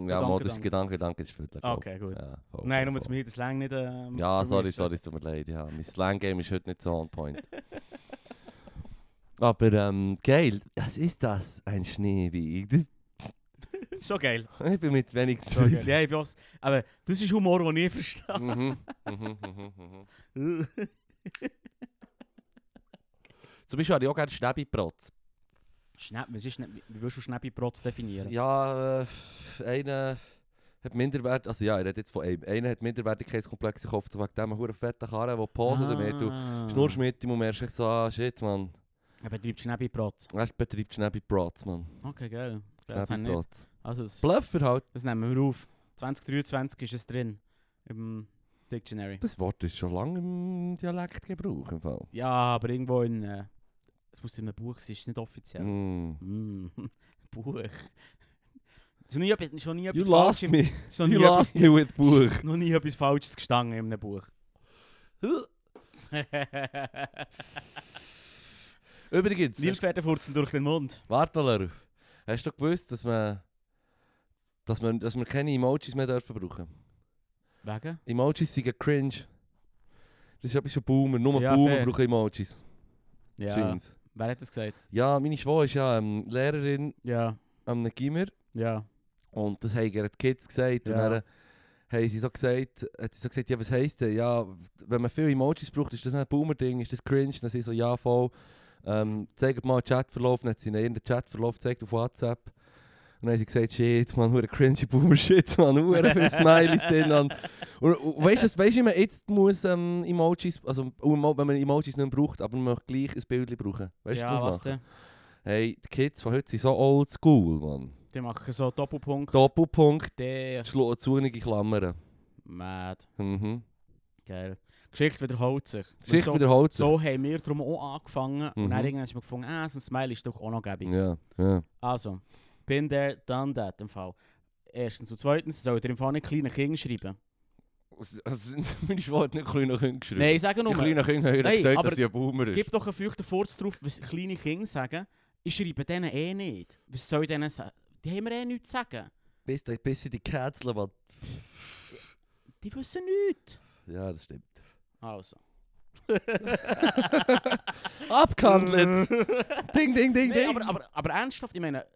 Ja, Mode ist Gedanke, danke, ist Viertel. glaub.
Okay, gut.
Ja, voll,
Nein,
voll,
nur zu
voll.
mir das Slang nicht. Ähm,
Oh, Ja, sorry,
vermischen.
sorry, es tut mir leid. Ja, mein Slang-Game ist heute nicht so on point. Aber ähm, geil, was ist das? Ein Schneeweig. Das,
Schon geil.
ich bin mit wenig
Schon geil. ja, ich bin auch, s- aber das ist Humor, den ich nicht verstehe.
mhm, mhm, mhm, mhm. Zum Beispiel habe ich auch gerne Schneebeprotz.
Schnapp, was ist Schnapp, wie würdest du Schnäppiprotz definieren?
Ja, äh, einer hat Minderwert, also ja, er redet jetzt von einem. Einer hat Minderwertigkeitskomplexe gekauft, so wegen dem einen fetten Karren, der Pose damit. Du
Ah.
schnurrst mit ihm und merkst echt so, ah, shit, man.
Er betreibt Schnäppiprotz.
Er betreibt Schneebeprotz, man.
Okay, geil. Das haben wir nicht.
Schneebeprotz.
Also, das,
Bluffer halt.
das nehmen wir auf. 2023 ist es drin. Im Dictionary.
Das Wort ist schon lange im Dialektgebrauch im Fall.
Ja, aber irgendwo in. äh, Es muss in einem Buch sein, es ist nicht offiziell.
Mm.
Mm. Buch. Schon nie, etwas- schon nie
You
etwas
lost
Falsches.
me.
Schon nie
You lost me with Buch.
etwas- Noch nie etwas Falsches gestanden in einem Buch.
Übrigens, hast-
Nilpferde furzen durch den Mund.
warte mal darauf. Hast du gewusst, dass man, dass man, dass man keine Emojis mehr dürfen brauchen?
Wegen?
Emojis sind cringe. Das ist etwas von Boomer. Nur
Ja,
Boomer
fair.
brauchen Emojis.
Ja.
Jeans.
Wer hat das gesagt?
Ja, meine Schwester ist ja ähm, Lehrerin
Ja.
am Gimmer.
Ja.
Und das haben ihr die Kids gesagt. Und
Ja.
dann haben sie so gesagt, hat sie so gesagt, ja, was heisst denn? Ja, wenn man viele Emojis braucht, ist das nicht ein Boomer-Ding, ist das cringe? Dann sind sie so, ja, voll. Ähm, zeigt mal den Chatverlauf. Dann hat sie ihnen ihren Chatverlauf gezeigt auf WhatsApp. Und dann haben sie gesagt, shit, man, hure cringe Boomer-Shit, man, hure viele Smileys drin. Und, und, und weißt du, weißt du, wie man jetzt muss ähm, Emojis, also um- wenn man Emojis nicht mehr braucht, aber man möchte gleich ein Bild brauchen. Weißt du,
ja,
was
was
ich mache?
denn?
Hey, die Kids von heute sind so old school, man.
Die machen so Doppelpunkt.
Doppelpunkt.
D.
Schlo zunige Klammern.
Mad.
Mhm.
Geil. Geschichte wiederholt sich.
Die Geschichte
so,
wiederholt sich.
so haben wir darum auch angefangen. Und
Mhm.
dann irgendwann haben wir gefunden, ah, so ein Smile ist doch auch noch gäbig.
Ja, ja.
Also, bin there, done that im Fall. Erstens und zweitens, sollt ihr im Fall nicht kleinen Kindern schreiben?
Also, meine Schwarte nicht klein nach hinten geschrieben.
Nein, ich sage
die
nur,
kleinen Kinder haben
Nein,
gesagt,
aber-
dass sie ein Boomer ist.
gib doch einen feuchten Furz drauf, was kleine Kinder sagen. Ich schreibe denen eh nicht. Was soll ich denen sagen? Die haben mir eh nichts zu sagen.
Bis, bis sie die Kätzle, Mann.
Die wissen nichts.
Ja, das stimmt.
Also. Mm.
Abgehandelt! ding, ding, ding,
Eh. Nee,
ding!
aber, aber, aber ernsthaft, ich meine,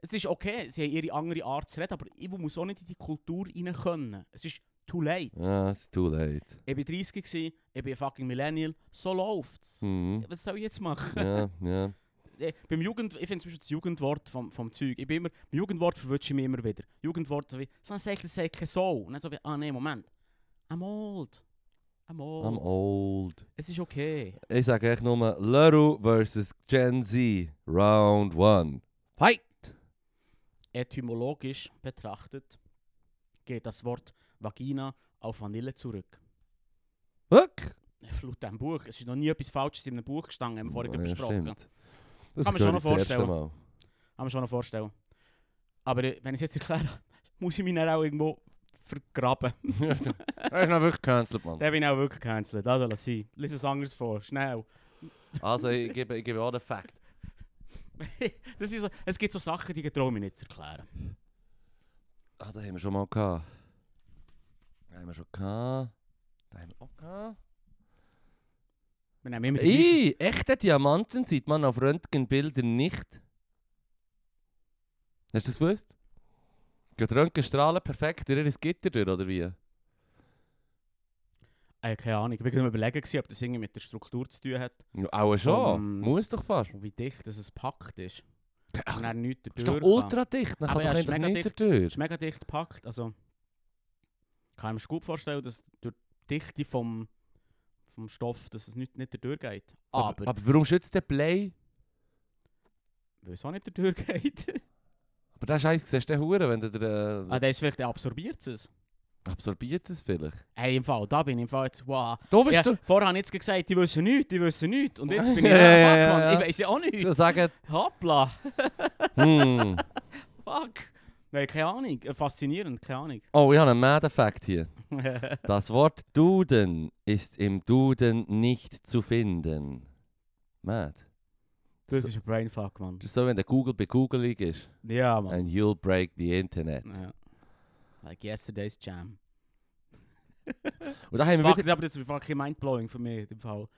es ist okay, sie haben ihre andere Art zu reden, aber ich muss auch nicht in die Kultur rein können. Es ist too late.
Ja, it's too late.
Ich war 30, gewesen, ich bin ein fucking Millennial, so läuft's.
Mhm.
Was soll ich jetzt machen?
Ja, ja.
Eh, beim Jugend, ich finde zum Beispiel das Jugendwort vom, vom Zeug, ich bin immer, beim Jugendwort verwünsche ich mich immer wieder. Jugendwort so wie, so ein Säckchen, Säckchen, so. Und dann so wie, ah nee, Moment. I'm old. I'm old.
I'm old.
Es ist okay.
Ich sage echt nur Leru versus Gen Z. Round 1. Fight!
Etymologisch betrachtet geht das Wort Vagina auf Vanille zurück.
Wirklich?
Laut diesem Buch. Es ist noch nie etwas Falsches in einem Buch gestanden, haben wir vorhin
Ja,
besprochen.
stimmt. Das
Kann man schon noch
höre ich das erste
vorstellen.
Mal.
Haben wir schon noch vorstellen. Aber äh, wenn ich es jetzt erkläre, muss ich mich dann auch irgendwo vergraben.
Ja, Er ist noch wirklich gecancelt, Mann.
Den bin ich auch wirklich gecancelt. Also lass sein. Lies es anders vor. Schnell.
Also, ich gebe, ich gebe auch den Fakt.
das ist so, es gibt so Sachen, die traue ich mir nicht zu erklären.
Ah, da haben wir schon mal gehabt. Da haben wir schon gehabt. Da haben wir auch gehabt.
Wir nehmen immer die gleichen-
Ih, echte Diamanten sieht man auf Röntgenbildern nicht. Hast du das gewusst? Geht Röntgenstrahlen perfekt durch ihr Gitter durch, oder wie?
äh, keine Ahnung. Ich war gerade am überlegen, gewesen, ob das irgendwie mit der Struktur zu tun hat.
Ja, auch schon.
Ähm.
Muss doch fast.
Und wie dicht dass es packt ist.
Ach,
Und dann nichts
ist doch
dadurch kann.
ultra dicht. Dann
Aber
kann
ja,
doch
ist
eigentlich
mega
nichts dadurch.
ist mega dicht gepackt. Also kann ich mir gut vorstellen, dass durch die Dichte vom, vom Stoff, dass es nicht, nicht dadurch geht. Aber,
aber warum schützt der Play?
weil es auch nicht dadurch geht.
Aber der Scheiß siehst du den Huren, wenn du der,
ah,
äh,
dann ist vielleicht, dann absorbiert es.
absorbiert es vielleicht.
Hey, im Fall, da bin ich im Fall jetzt, wow.
Du bist
Ja,
du.
vorher habe ich jetzt gesagt, die wissen nichts, die wissen nichts. Und jetzt bin ich,
Ja, ja,
ah,
ja,
fuck,
ja,
Mann,
ja.
ich weiß ja auch
Ich
nichts.
würde sagen,
Hoppla,
hm.
fuck. Nein, keine Ahnung. Äh, Faszinierend, keine Ahnung.
Oh, ich habe einen Mad-Effekt hier. Das Wort Duden ist im Duden nicht zu finden. Mad.
das ist ein Brainfuck, Mann.
Das ist so, wenn der Google bei Google ist.
Ja, Mann.
And you'll break the internet.
Ja. Like yesterday's jam.
Und da haben wir
Fuck,
wieder...
aber das ist fucking mindblowing für mich im Fall.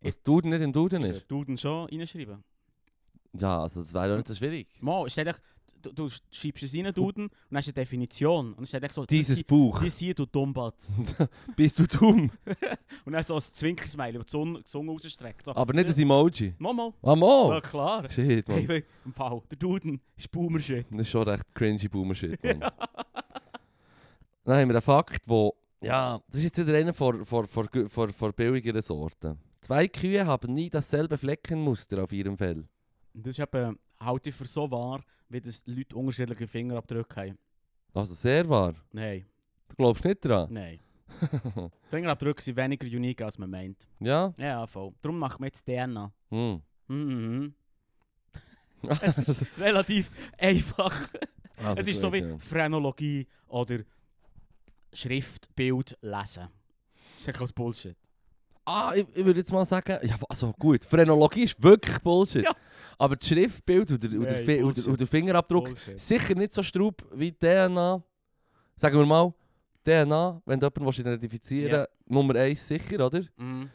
Was Duden nicht im Duden ist?
Du den schon reinschreiben.
Ja, also das wäre doch nicht so schwierig.
Mal, stell dich, du, du schreibst es rein, Duden, und dann hast du eine Definition. Und dann steht echt so,
Dieses
das
Buch.
hier- das hier, du Dummbatz.
Bist du dumm?
Und dann so ein Zwinkersmile, das die Sonne- die Zunge rausstreckt. So.
Aber nicht ein Emoji.
Momo,
Ah,
ja
Mo!
klar.
Shit,
Hey,
man.
hey, im Fall, der Duden ist Boomer-Shit.
Das ist schon recht cringy Boomer-Shit, man. Dann haben wir einen Fakt, wo... Ja, das ist jetzt wieder einer vor, vor, vor, vor, vor billigeren Sorten. Zwei Kühe haben nie dasselbe Fleckenmuster auf ihrem Fell.
Und Das ist eben, halte ich für so wahr, wie das Leute unterschiedliche Fingerabdrücke haben.
Also sehr wahr.
Nein,
Du glaubst nicht dran.
nein. Fingerabdrücke sind weniger unique, als man meint.
ja?
Ja, voll. Darum machen wir jetzt DNA.
Hm.
Mhm. Es ist relativ einfach.
Also
es ist so
gut,
wie
ja.
Phrenologie oder Schrift, Bild, Lesen. Das ist einfach Bullshit.
Ah, ich, ich würde jetzt mal sagen, ja, also gut, Phrenologie ist wirklich Bullshit.
Ja.
Aber das Schriftbild oder, oder,
Nein,
Fi-
Bullshit.
oder, oder Fingerabdruck
Bullshit.
sicher nicht so strub wie DNA. Sagen wir mal, DNA, wenn du jemanden willst identifizieren
Ja.
Nummer eins sicher, oder?
Mhm.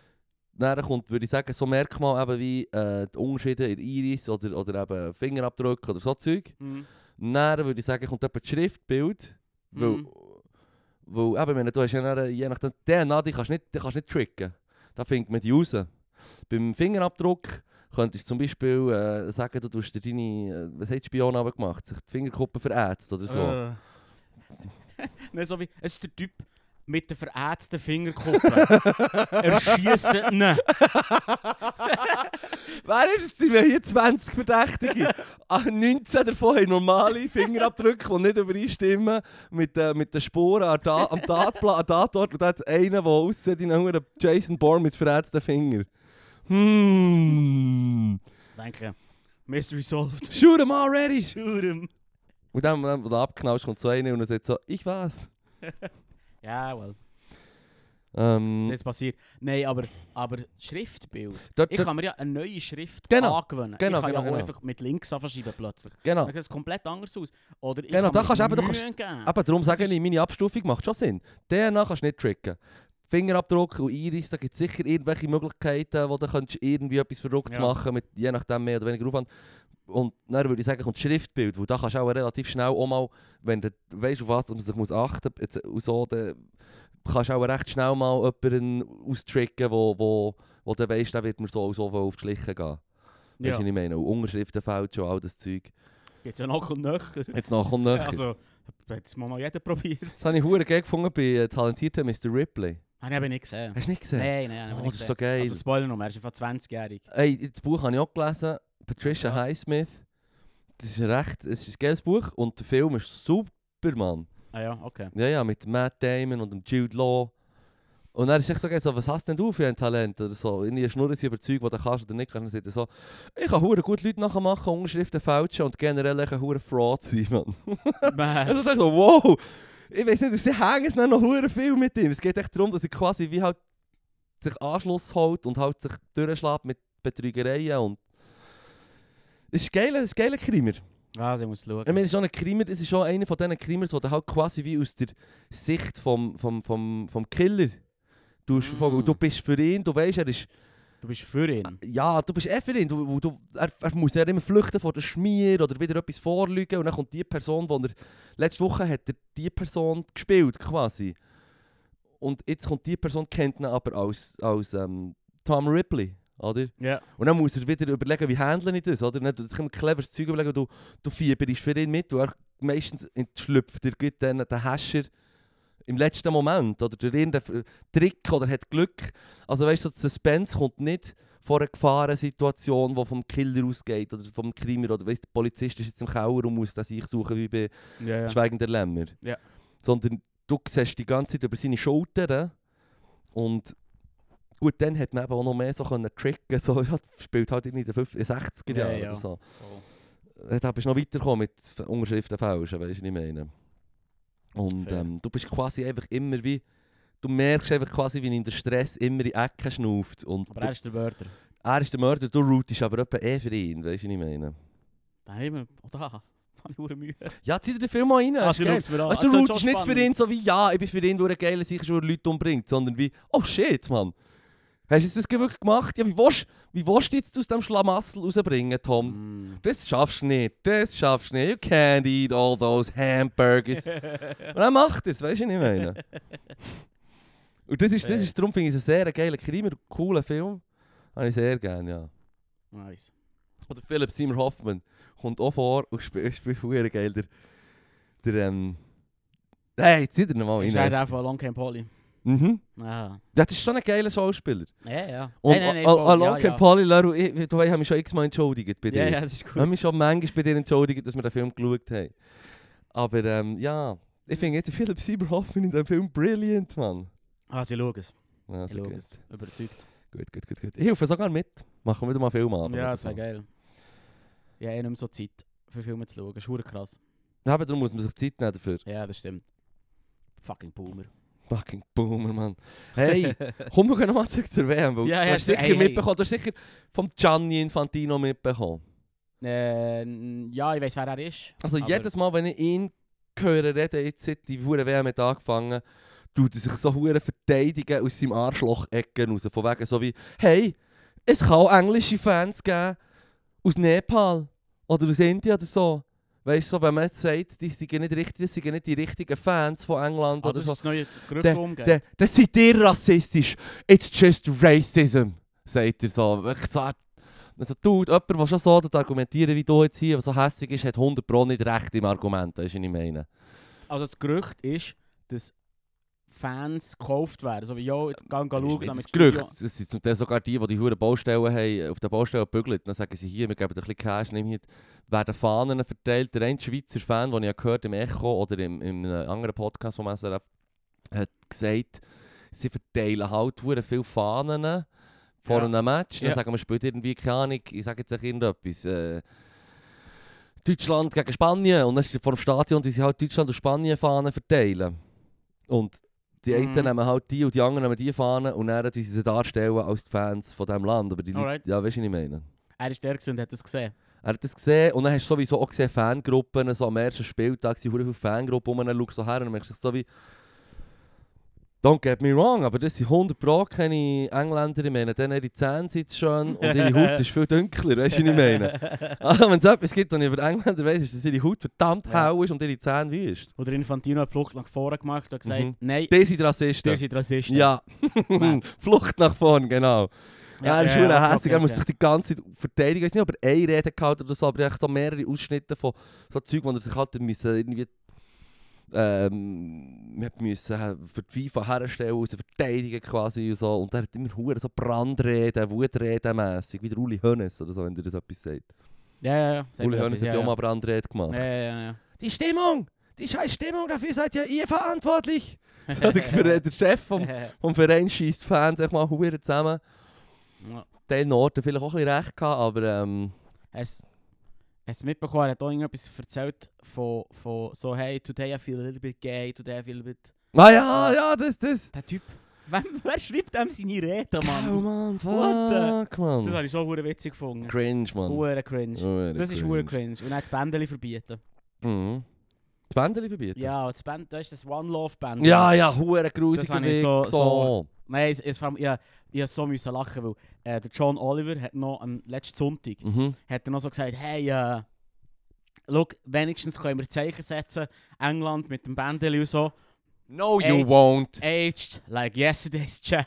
Dann kommt, würde ich sagen, so Merkmal eben wie äh, die Unterschiede in der Iris oder, oder eben Fingerabdruck oder so Zeug.
Mhm.
Dann würde ich sagen, kommt eben das Schriftbild. Weil,
Mhm.
weil eben, wenn du hast ja dann, je nachdem, DNA, nou, die kannst du nicht, die kannst du nicht tricken. Da findet man die raus. Beim Fingerabdruck könntest du zum Beispiel äh, sagen, du hast dir deine, äh, was hat die Spione gemacht, sich die Fingerkuppen verätzt oder so.
Äh. Nein, so wie, es ist der Typ mit der verätzten Fingerkuppe. Erschießen, ne.
Wer ist es? Sind wir hier 20 Verdächtige? Ah, 19 davon haben normale Fingerabdrücke, die nicht übereinstimmen mit, den- mit den Spuren am, Ta am Tatpla am Tatort. Und da hat einer, der aussieht, in einem Jason Bourne mit verätzten Finger. Hmm.
Denke, Mystery solved.
Shoot 'em already!
Shoot 'em.
Und dann, wenn du abknaust, kommt so einer und sagt so, ich war's.
Ja, well.
Ähm,
Das passiert. Nein, aber, aber Schriftbild.
dort,
Ich
dort,
kann mir ja eine neue Schrift
Genau.
angewöhnen.
Genau,
ich kann
genau,
ja auch
genau.
einfach mit links verschieben plötzlich.
genau.
Dann sieht es komplett anders aus. Oder ich
Genau,
kann
da
mir
kannst du eben- du
Mühe
kannst-
geben.
Aber darum sage
Mhm. ist-
ich, meine Abstufung macht schon Sinn. DNA kannst du nicht tricken. Fingerabdruck und Iris, da gibt es sicher irgendwelche Möglichkeiten, wo du könntest irgendwie etwas Verrücktes
Ja.
machen mit je nachdem mehr oder weniger Aufwand. Und dann würde ich sagen, kommt das Schriftbild, wo da kannst du auch relativ schnell auch mal, wenn du weißt, auf was man sich muss achten muss, und so, dann kannst du auch recht schnell mal jemanden austricken, wo, wo, wo du weißt, der wird mir so und so auf die Schliche gehen. Weißt
Ja.
du, was ich meine? Und Unterschriften fällt schon, all das Zeug.
Gibt es ja noch und nöcher.
Jetzt noch, komm näher.
Also, hat es mal noch jeder probiert.
Das habe ich hure geil gefunden bei äh, talentierten Mr. Ripley.
Habe ich eben nicht gesehen.
Hast du nicht gesehen?
Nein, nein,
oh, das
habe ich nicht
ist
gesehen.
so geil.
Also Spoiler noch, er ist einfach 20-jährig.
Ey, das Buch habe ich auch gelesen. Patricia
Was?
Highsmith. Das ist recht, es ist ein geiles Buch und der Film ist super, Mann.
Ah ja, okay.
Ja, ja, mit Matt Damon und dem Jude Law. Und dann ist echt so, geil, so, was hast denn du für ein Talent oder so? In ihr Schnurren sie überzeugt, was du kannst oder nicht kannst. Und dann sagt er so, ich kann hure gut Leute nachmachen, Unterschriften fälschen und generell ich kann hure Fraud sein, Mann.
Man,
Also dachte ich so, wow! Ich weiß nicht, sie hängen es dann noch hure viel mit ihm. Es geht echt darum, dass er quasi wie halt sich Anschluss holt und halt sich durchschlägt mit Betrügereien und... Es ist geil, es ist geiler Krimer.
also, ich muss schauen.
Ich meine, es ist schon ein Krimer, es ist schon einer von diesen Krimers, wo du halt quasi wie aus der Sicht vom, vom, vom, vom Killer du,
Mm.
du bist für ihn, du weißt, er ist...
du bist für ihn.
Ja, du bist eh für ihn. Du, wo du, er, er muss ja immer flüchten vor der Schmier oder wieder etwas vorlügen. Und dann kommt die Person, die er... Letzte Woche hat er die Person gespielt, quasi. Und jetzt kommt die Person, kennt ihn aber als, als ähm, Tom Ripley, oder?
Ja.
Und dann muss er wieder überlegen, wie handle ich das, oder? Dann tut er sich immer cleveres Zeug überlegen. Du, du fieberst für ihn mit. Und er meistens entschlüpft. Er gibt dann den Hascher im letzten Moment. Oder durch irgendeinen Trick oder hat Glück. Also weißt du, das Suspense kommt nicht vor einer Gefahrensituation, die vom Killer ausgeht oder vom Krimi oder weißt, der Polizist ist jetzt im Keller und muss den sich suchen wie bei
Ja, ja.
Schweigender Lämmer.
Ja.
Sondern du siehst die ganze Zeit über seine Schultern äh, und gut, dann hat man eben auch noch mehr so können tricken so ja, spielt halt irgendwie in den 50 60er Jahren
Ja, ja.
oder so.
Voll.
Äh, Da bist du noch weitergekommen mit F- Unterschriften fälschen, weißt du, was ich meine. Und
Fair.
ähm, du bist quasi einfach immer wie, du merkst einfach quasi, wie ihn der Stress immer in Ecken schnauft und
Aber
du,
er ist der Wörter.
er ist der Mörder, du routest aber etwa eh für ihn, weißt du, was ich meine.
oh, Dann haben wir auch da. habe ich hure Mühe.
Ja, zieht dir den Film mal rein.
Also,
ist geil.
ich schaue mir an.
Weißt du,
Es
du
klingt
routest
schon
nicht für
spannend.
ihn so wie, ja, ich bin für ihn nur ein geiler sicher schon Leute umbringt, sondern wie, oh shit, Mann. Hast du jetzt das wirklich gemacht? Ja, wie willst, wie willst du jetzt aus dem Schlamassel rausbringen, Tom?
Mm.
Das schaffst du nicht, das schaffst du nicht. You can't eat all those hamburgers. Und dann macht er es, weißt du, was ich meine? Und das ist, das ist darum finde ich es ein sehr geiler Krimi, cooler Film. Habe ich sehr gerne, ja.
Nice.
Oder Philipp Seymour Hoffman kommt auch vor und spielt spielt verdammt geil. Der, der ähm... Hey, zieht er nou ihn mal rein.
Ist er
weisst
auch von Long Camp Polly?
du. Mhm.
Ja,
Ja, Das ist schon ein geiler Schauspieler.
ja. ja.
Und
Nein, nein, nein, voll,
Along
ja,
ja, Polly Leroux, ich- du hast mich schon x-mal entschuldigt bei dir.
Ja, ja, das ist
Ich habe
gut.
mich schon manchmal bei dir entschuldigt, dass wir den Film geschaut haben. Aber ähm, ja, ich finde jetzt Philipp Seymour Hoffman in dem Film brilliant, Mann.
Also, ich schaue es. Ich
Also,
schaue
gut.
es. Überzeugt.
gut, gut, gut, gut. Ich helfe sogar mit. Machen wir wieder mal einen Film ab.
Ja, das wäre geil. Ich habe eh nicht mehr so Zeit, für Filme zu schauen. Ist hure krass.
Aber darum muss man sich Zeit nehmen dafür.
Ja, das stimmt. Fucking Boomer.
Fucking Boomer, Mann. Hey, komm, wir gehen nochmal zurück zur WM. Weil
Ja,
du
ja,
hast sicher
hey, hey.
mitbekommen, du hast sicher vom Gianni Infantino mitbekommen.
Äh, n- ja, ich weiß, wer er ist.
Also
Aber-
jedes Mal, wenn ich ihn höre reden, jetzt seit die hure WM hat angefangen, tut er sich so hure verteidigen aus seinem Arschloch-Ecken raus. Von wegen so wie, hey, es kann auch englische Fans geben aus Nepal oder aus Indien oder so. Weißt du, so, wenn man jetzt sagt, die sind nicht richtig, das sind nicht die richtigen Fans von England
Ah,
oder
das
so.
ist das neue Gerücht,
Der-
das umgeht.
Dann dann seid ihr rassistisch. It's just racism, sagt er so. Wirklich so. Also, du, jemand, der schon so argumentieren wie du jetzt hier, der so hässig ist, hat 100 Pro nicht recht im Argument. Das ist, was ich meine.
Also das Gerücht ist, dass Fans gekauft werden. So wie, yo, jetzt geh geh
Das ist
schauen,
nicht
damit
das Gerücht. Es sind zum Teil sogar die, die die hohen Baustellen haben, äh, auf der Baustelle bügeln. Dann sagen sie hier, wir geben dir ein bisschen Cash, nimm hier, werden Fahnen verteilt. Der eine Schweizer Fan, den ich ja gehört im Echo oder im, in einem anderen Podcast vom SRF, hat gesagt, sie verteilen halt hure viele Fahnen vor
Ja.
einem Match. Dann
Ja.
sagen wir, spielt irgendwie keine Ahnung, ich sage jetzt auch irgendetwas. Äh, Deutschland gegen Spanien. Und dann ist vor dem Stadion, die sie halt Deutschland und Spanien Fahnen verteilen. Und die einen
Mhm.
nehmen halt die und die anderen nehmen die Fahnen und dann die sie sie darstellen als die Fans von diesem Land. Aber die
Alright.
Leute, ja, weißt du, was ich meine?
Er ist der gewesen und hat das gesehen.
Er hat das gesehen und dann hast du sowieso auch gesehen, Fangruppen, so am ersten Spieltag sind verdammt viele Fangruppen und dann schaust du so her und merkst so wie... Don't get me wrong, aber das sind 100 Pro keine Engländer, ich meine, denen ihre Zähne sind schön und ihre Haut ist viel dunkler, weißt du, was ich meine? Also, wenn es etwas gibt, was ich über Engländer weiss, ist, dass ihre Haut verdammt
Ja.
hell ist und ihre Zähne wüst.
Oder Infantino hat Flucht nach vorne gemacht und gesagt,
Mhm.
nein,
Die sind Rassisten.
ihr seid Rassisten.
Ja,
Mad.
Flucht nach vorn, genau. er ist
ja,
schon
ja,
hässlich, er
okay,
muss
okay.
sich die ganze Zeit verteidigen. Ich weiß nicht, ob er eine Rede gehalten hat oder so, aber er hat so mehrere Ausschnitte von so Zeug, wo er sich halt müssen irgendwie ähm, wir hat müssen äh, für die FIFA herstellen, also verteidigen quasi und so. Und er hat immer hure so Brandreden, Wutreden mässig, wie der Uli Hoeneß oder so, wenn dir das etwas sagt.
Ja, ja, ja. Sag
Uli
mir
Hoeneß
etwas,
hat ja auch mal Brandrede gemacht.
Ja, ja, ja.
Die Stimmung, die scheiß Stimmung, dafür seid ja ihr verantwortlich.
ja.
So, der, der Chef vom,
Ja.
vom Verein schießt Fans echt mal hure zusammen.
Ja.
Teil Norden vielleicht auch ein bisschen recht gehabt, aber ähm,
Hast hast du mitbekommen, er hat auch irgendetwas erzählt von, von so, hey, today I feel a little bit gay, today I feel a bit...
ah ja, ja, das, das.
Der Typ. Wer, wer schreibt dem seine Reden,
Oh
Mann?
man, fuck,
What Das
man.
habe ich so hure witzig gefunden.
Cringe, man. eh,
Hure eh, cringe. Das ist hure cringe. Und dann das Bändeli verbieten.
Mhm. Das Bändeli verbieten?
Ja, das, Band, das ist das One Love Band.
Ja, ja, hure
Das
grusiger
habe ich
Weg.
so-
So,
so- Nein, es, es, vor allem- ich, ich hab so müssen lachen, weil äh, der John Oliver hat noch am letzten Sonntag
Mhm.
hat er noch so gesagt, hey, äh, look, wenigstens können wir Zeichen setzen, England mit dem Bändeli und so.
No,
Ey.
you won't.
Aged like yesterday's jam.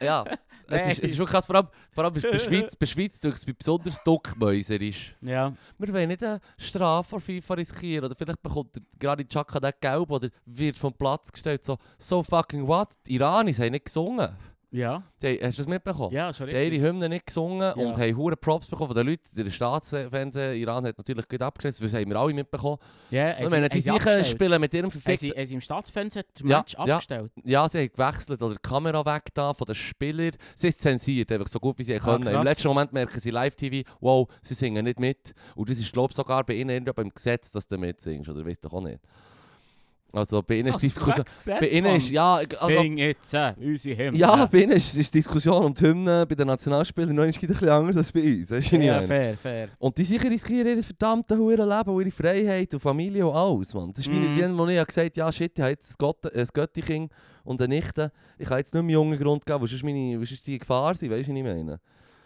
Ja, es ist, es ist schon krass, vor allem, vor allem bei der Schweiz, bei der Schweiz tut es bei besonders duckmäuserisch.
Ja,
Wir wollen nicht eine Strafe vor FIFA riskieren oder vielleicht bekommt der- gerade Chaka den Gelb oder wird vom Platz gestellt. So, so fucking what? Die Iranis haben nicht gesungen.
ja,
Die, hast du das mitbekommen?
ja, schon
Die haben
richtig.
ihre Hymne nicht gesungen und haben hohe Props bekommen von den Leuten. Der Staatsfernsehen Iran hat natürlich gut abgeschätzt, das haben wir alle mitbekommen.
Ja,
Ich meine, die sicher spielen mit ihrem
Haben
verfickten...
sie, haben sie im Staatsfernsehen das
Ja,
Match
ja.
abgestellt?
Ja, sie haben gewechselt oder die Kamera weg da von den Spielern. Sie ist zensiert, einfach so gut wie sie können. Im
Ah, krass.
letzten Moment merken sie Live-TV, wow, sie singen nicht mit. Und das ist glaube ich sogar bei ihnen irgendwo beim Gesetz, dass du mitsingst, oder weißt du auch nicht. Also bei ihnen ist
Das ist ein
Diskussion.
wackes Gesetz,
Bei ihnen ist,
Mann.
ja, also,
Sing jetzt äh, unsere Hymne.
ja, bei ihnen ist, ist die Diskussion um die Hymne bei den Nationalspielern noch ein bisschen anders als bei uns. Weißt du, wie ich
ja,
meine?
fair, fair.
Und die sicher riskieren ihr verdammte hure Leben und ihre Freiheit und Familie und alles, Mann. Das ist wie
Mhm.
mm. denen, wo ich habe gesagt ja shit, ich habe jetzt ein, Gott, ein Göttikind und eine Nichte. Ich kann jetzt nicht mehr in den Grund gehen, was ist, meine, was ist die Gefahr sein, weißt du, was ich meine?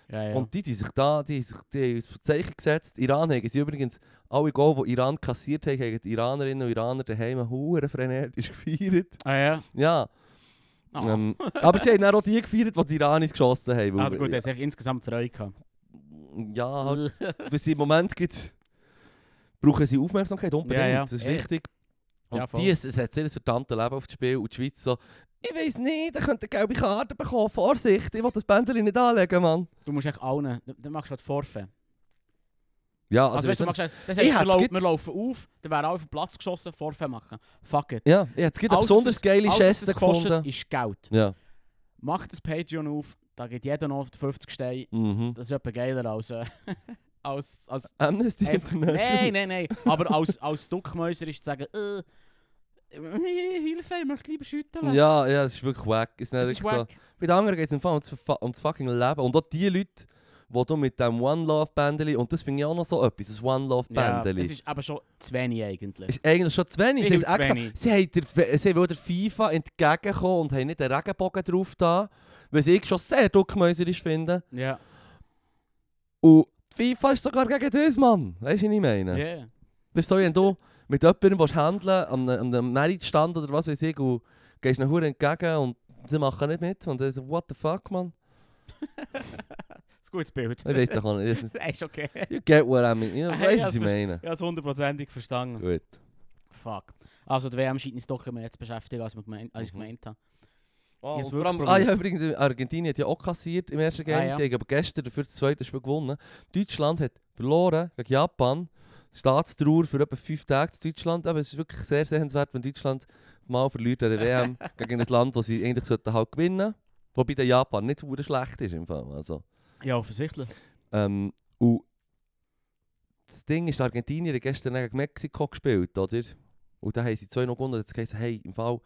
Ja, ja.
Und die, die sich da, die, sich- die haben das Zeichen gesetzt, Iran haben sie übrigens, alle Goal, die Iran kassiert haben, haben die Iranerinnen und Iraner daheim hure frenetisch gefeiert.
ah, ja.
Ja,
Ah.
ähm, aber sie haben dann auch die gefeiert, die die Iranis geschossen haben. weil-
also Ah, gut, er hat sich insgesamt Freude gehabt.
Ja, halt. was sie im Moment gibt, brauchen sie Aufmerksamkeit unbedingt.
Ja, ja.
Das ist
Eh.
wichtig. Und
Ja, voll.
die, es, es hat sehr ein verdammtes Leben auf das Spiel und die Schweiz so, ich weiß nicht, ich könnte eine gelbe Karte bekommen, Vorsicht, ich will das Bändchen nicht anlegen, Mann.
Du musst echt allen, dann- dann machst du halt Forfe.
Ja,
Also,
also,
weißt du, du machst halt, das heißt,
Ich
wir,
hätt's
lau
git-
wir laufen auf, dann wären alle auf den Platz geschossen, Forfe machen. Fuck it.
ja, ja, es gibt eine
Alles,
besonders
was-
geile
Alles, was
Schätze
es kostet,
gefunden.
ist Geld.
Ja.
Macht das Patreon auf, da geht jeder noch auf die 50 Steine.
Mhm.
Das ist etwa geiler als... Äh, als, als
Amnesty
Einfach-
International.
nein, nein, nein. Aber als, als Duckmäuser ist zu sagen, äh, äh, Hilfe, ich möchte lieber schütteln.
Ja, ja, es ist wirklich wack. Es ist
das
nicht
ist
so.
wack.
Bei den anderen geht es im Fall ums, Verfa- ums fucking Leben. Und auch die Leute, die du mit dem One Love Bändeli, und das finde ich auch noch so etwas, das One Love
Ja,
Bändeli.
es ist aber schon zu wenig eigentlich.
ist eigentlich schon zu wenig. Sie, haben
Viel zu
extra,
wenig.
sie, haben der, sie wollen der FIFA entgegenkommen und haben nicht den Regenbogen drauf da, weil sie ich schon sehr duckmäuserisch finden.
Ja,
Und die FIFA ist sogar gegen uns, Mann. Weißt du, was ich meine?
ja.
Das ist so, wenn du mit jemandem willst handeln am an einem Meritstand oder was weiß ich, und gehst einer Hure entgegen und sie machen nicht mit. Und dann so, what the fuck, Mann?
Ist ein gutes Bild.
Ich weiß doch auch nicht. das-
ist okay.
You get what I mean. Ja,
Ah,
weißt du,
ja,
was ich
das
meine?
Ich habe es hundertprozentig verstanden.
Gut.
Fuck. Also die WM scheint uns doch mehr zu beschäftigen, als, wir gemeint, als ich
Mhm.
gemeint habe.
Oh,
Ich hab's
und
wirklich
vor allem,
probiert.
ah ja, übrigens, Argentinien hat ja auch kassiert im ersten Game.
Ah, ja.
Die haben aber gestern dafür das zweite Spiel gewonnen. Deutschland hat verloren gegen Japan. Staatstrauer für etwa fünf Tage zu Deutschland. Aber es ist wirklich sehr sehenswert, wenn Deutschland mal verliert an der WM gegen ein Land, das sie eigentlich sollten halt gewinnen Wobei der Japan nicht so schlecht ist im Fall. Also,
Ja, offensichtlich.
ähm, und das Ding ist, Argentinien hat gestern gegen Mexiko gespielt, oder? Und da haben sie 2 noch gewonnen. Jetzt gesagt, hey, im Fall,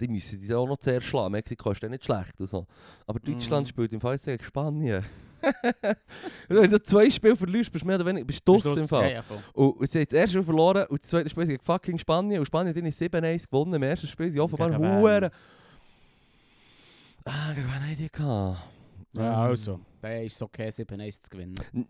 die müssen die auch noch zuerst schlagen. Mexiko ist dann nicht schlecht. Und so. Aber Deutschland
Mhm.
spielt im Fall jetzt gegen Spanien. Wenn du zwei Spiele verlierst, bist du mehr oder weniger bist du
Am
draussen
Schluss-
im Fall.
Ja, ja, voll.
Und, und sie haben das erste Spiel verloren und das zweite Spiel gegen fucking Spanien. Und Spanien hat ihnen 7-1 gewonnen. Im ersten Spiel sind sie offenbar
Gegen wen?
Huren. Ah, gegen wen haben die gehabt?
ja,
Ähm,
also. Der ist okay, 7-1 zu gewinnen.
n-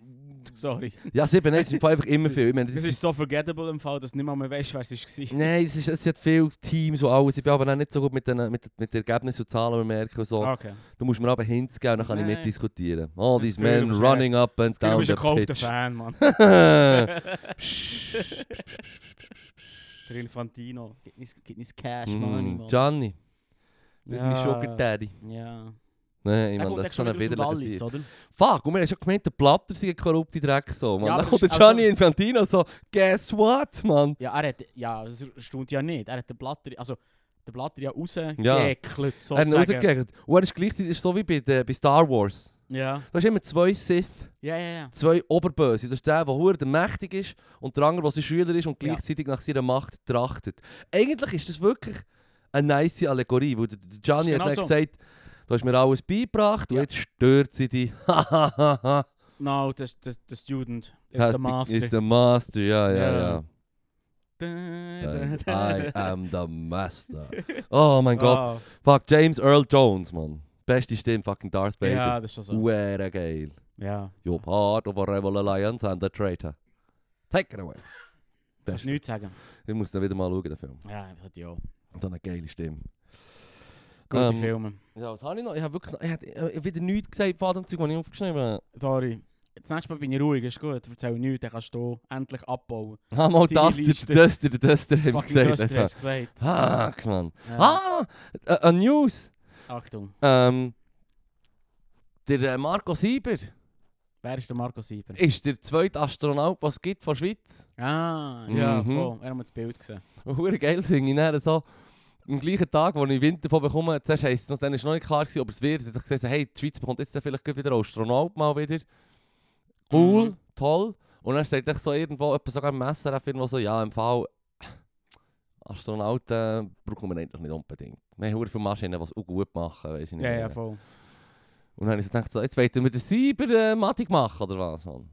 Sorry.
Ja, 7 ist im Fall einfach immer viel. Ich meine,
Das
das
ist so forgettable im Fall, dass niemand mehr weiß, wer es war.
Nein, es, ist, es hat viele Teams und alles. Ich bin aber auch nicht so gut mit den, mit, mit den Ergebnissen und Zahlen und Merken und so.
Okay.
Du musst mir aber Hints geben, dann kann ich
Nein.
mitdiskutieren. All
Das
these
Gefühl, du
men
bist
running up and
Du
down
bist
the
ein gekaufter
pitch. Mm,
Fan, Mann.
Psch,
Der Infantino. Gib nicht, gib nicht Cash, Money,
mm,
Mann.
Gianni, das ist mein Sugar
Ja.
Daddy.
Ja.
Nein, ich
Er
meine,
kommt
das
echt
ist so
schon
ein
wieder aus dem
widerlicher
Wallis,
Sieg.
oder?
Fuck, und wir haben schon gemeint, der Platter sei ein korrupter Dreck. So, Mann.
Ja,
dann
aber
kommt der
das ist-
Gianni
also-
Infantino so, guess what, Mann?
Ja, er hat, ja, das stimmt ja nicht. Er hat den Blatter, also den Blatter ja
Ja.
rausgeekelt,
Er hat ihn
sozusagen.
rausgekriegt. Und er ist gleichzeitig ist so wie bei, den- bei Star Wars.
Ja,
Da hast immer zwei Sith.
ja, ja, ja.
zwei Oberböse. Das ist der, der hure der mächtig ist und der andere, der sein Schüler ist und
Ja.
gleichzeitig nach seiner Macht trachtet. Eigentlich ist das wirklich eine nice Allegorie, weil der- der Gianni
Ist
hat
genau
dann
so.
gesagt, du hast mir alles beigebracht und
Ja.
jetzt stört sie dich. Hahaha.
No, der the Student is
Has
the
be-
Master.
Is the master, ja, ja,
Ja.
ja.
Da, da, da,
I
da.
am the master. Oh mein Gott.
Ah,
Fuck, James Earl Jones, Mann. Beste Stimme, fucking Darth Vader.
Ja, das ist schon so.
Huere geil.
Ja.
You're part of a rebel alliance and a traitor. Take it away.
Kannst nichts sagen.
Ich muss dann wieder mal schauen, den Film.
Ja, das hat ja auch.
So eine geile Stimme.
Gute
Ähm,
Filme.
Ja, was habe ich noch? Ich habe wirklich noch, ich hab, ich hab wieder nichts gesagt von dem Zeug, was ich aufgeschrieben habe.
Sorry. Das nächste Mal bin ich ruhig, ist gut. Erzähl nichts, dann kannst du endlich abbauen.
Ah, mal
Deine
das, das,
Liste.
das, das, das, das haben wir
Fucking
gesagt.
Duster
das war-
hast du gesagt.
Fuck, man.
Ja.
Ah, äh, eine News.
Achtung.
Ähm, der äh, Marco Sieber
Wer ist der Marco Sieber?
ist der zweite Astronaut, was es gibt von der Schweiz.
Ah, ja,
Mhm.
voll. Er hat mir das Bild gesehen.
Und hure geil finde ich dann so, am gleichen Tag, wo ich Wind davon bekomme, zuerst heisst es, noch, dann ist noch nicht klar gewesen, ob es wird. Jetzt habe ich gesagt, hey, die Schweiz bekommt jetzt dann vielleicht gleich wieder einen Astronaut mal wieder. Cool,
Mhm.
toll. Und dann steht echt so irgendwo, etwa sogar im Messer, irgendwo so, ja, im Fall, Astronauten brauchen wir eigentlich nicht unbedingt. Wir haben verdammt viele Maschinen, die es auch gut machen, weißt du nicht.
Ja, ja,
meine.
voll.
Und dann habe ich so gedacht, so, jetzt wollt ihr mit der Cybermatik äh, machen, oder was? Mann?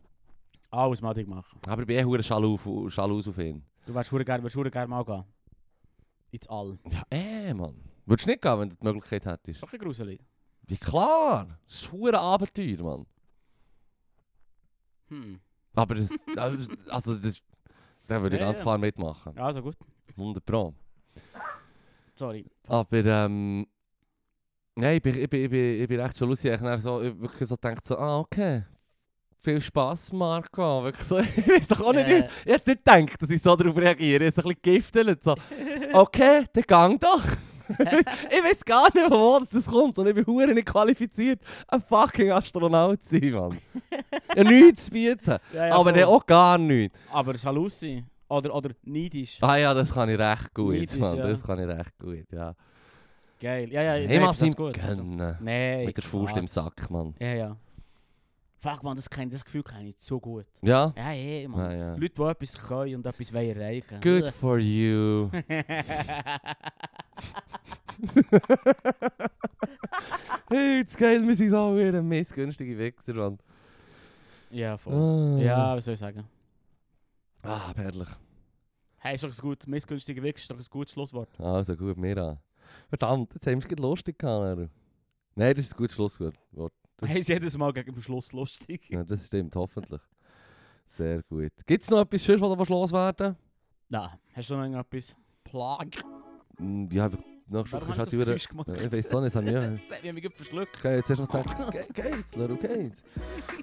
Alles mal dich machen.
Aber ich bin eh verdammt schalauf- schalaus auf ihn.
Du wärst hure gerne, würdest hure gerne mal gehen. Ins All.
Ja, eh, Mann. Würdest du nicht gehen, wenn du die Möglichkeit hättest?
Doch ein gruselig.
Ja, klar! Das ist ein Abenteuer, Mann.
Hm.
Aber das, also das, da würde ich
Ja,
ganz
ja.
klar mitmachen.
Ja, also gut.
100 Pro.
Sorry.
Aber, ähm, nein, ich bin, ich bin, ich bin, ich bin echt schon lustig. Ich habe dann so, ich wirklich so gedacht, so, ah, okay. Viel Spass, Marco. Wirklich so, ich weiß doch auch nicht,
Ja.
ich ich hätte nicht gedacht, dass ich so darauf reagiere. Ich habe ein bisschen gegiftelt. So, okay, dann gang doch. ich weiß gar nicht, wo das kommt. Und ich bin hure nicht qualifiziert, ein fucking Astronaut zu sein, Mann. ja, nichts zu bieten.
Ja, ja,
Aber
voll.
dann auch gar nichts.
Aber Salusi. Oder, oder neidisch.
Ah ja, das kann ich recht gut,
Neidisch,
Mann.
ja.
Das kann ich recht gut, ja.
Geil. Ja, ja, ich
Hey,
weiß,
man,
das ist
sein
gut.
Gönnen.
Nein.
Mit der Faust im
Quatsch.
Sack, Mann.
Ja, ja. Fuck, man, das, kenn, das Gefühl kenne ich so gut.
Ja?
Ja, ja, man.
Ah, ja.
Leute, die etwas können und etwas wollen erreichen
Good for you. hey, das ist geil, wir sind so wieder missgünstige Wichser, Mann.
ja, voll.
Ah.
Ja, was soll ich sagen?
Ah, herrlich.
Hey, ist doch ein gut, missgünstiger Weg ist doch ein gutes Schlusswort.
Also gut, mir an. Verdammt, jetzt haben wir es gerade lustig gehabt. Nero. Nein, das ist ein gutes Schlusswort. Das-
Hey, ist jedes Mal gegen den Schluss lustig.
Ja, das stimmt, hoffentlich. Sehr gut. Gibt es noch etwas Schönes, was du willst loswerden
Na, hast du noch irgendetwas? Plag.
willst? Hm, Ja, einfach noch schon
Warum hast du das Geräusch gemacht?
Ich weiß auch nicht, das habe ich ja.
Das hat mich gut verschluckt.
Okay, jetzt hast du noch gedacht, ge- geht's, Leru, geht's.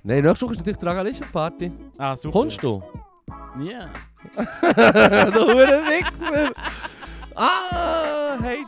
Nein, nächste Woche ist natürlich die Dragalicious-Party.
Ah, super.
Kommst du?
Ja.
du Hurenwichser! Ah, hey,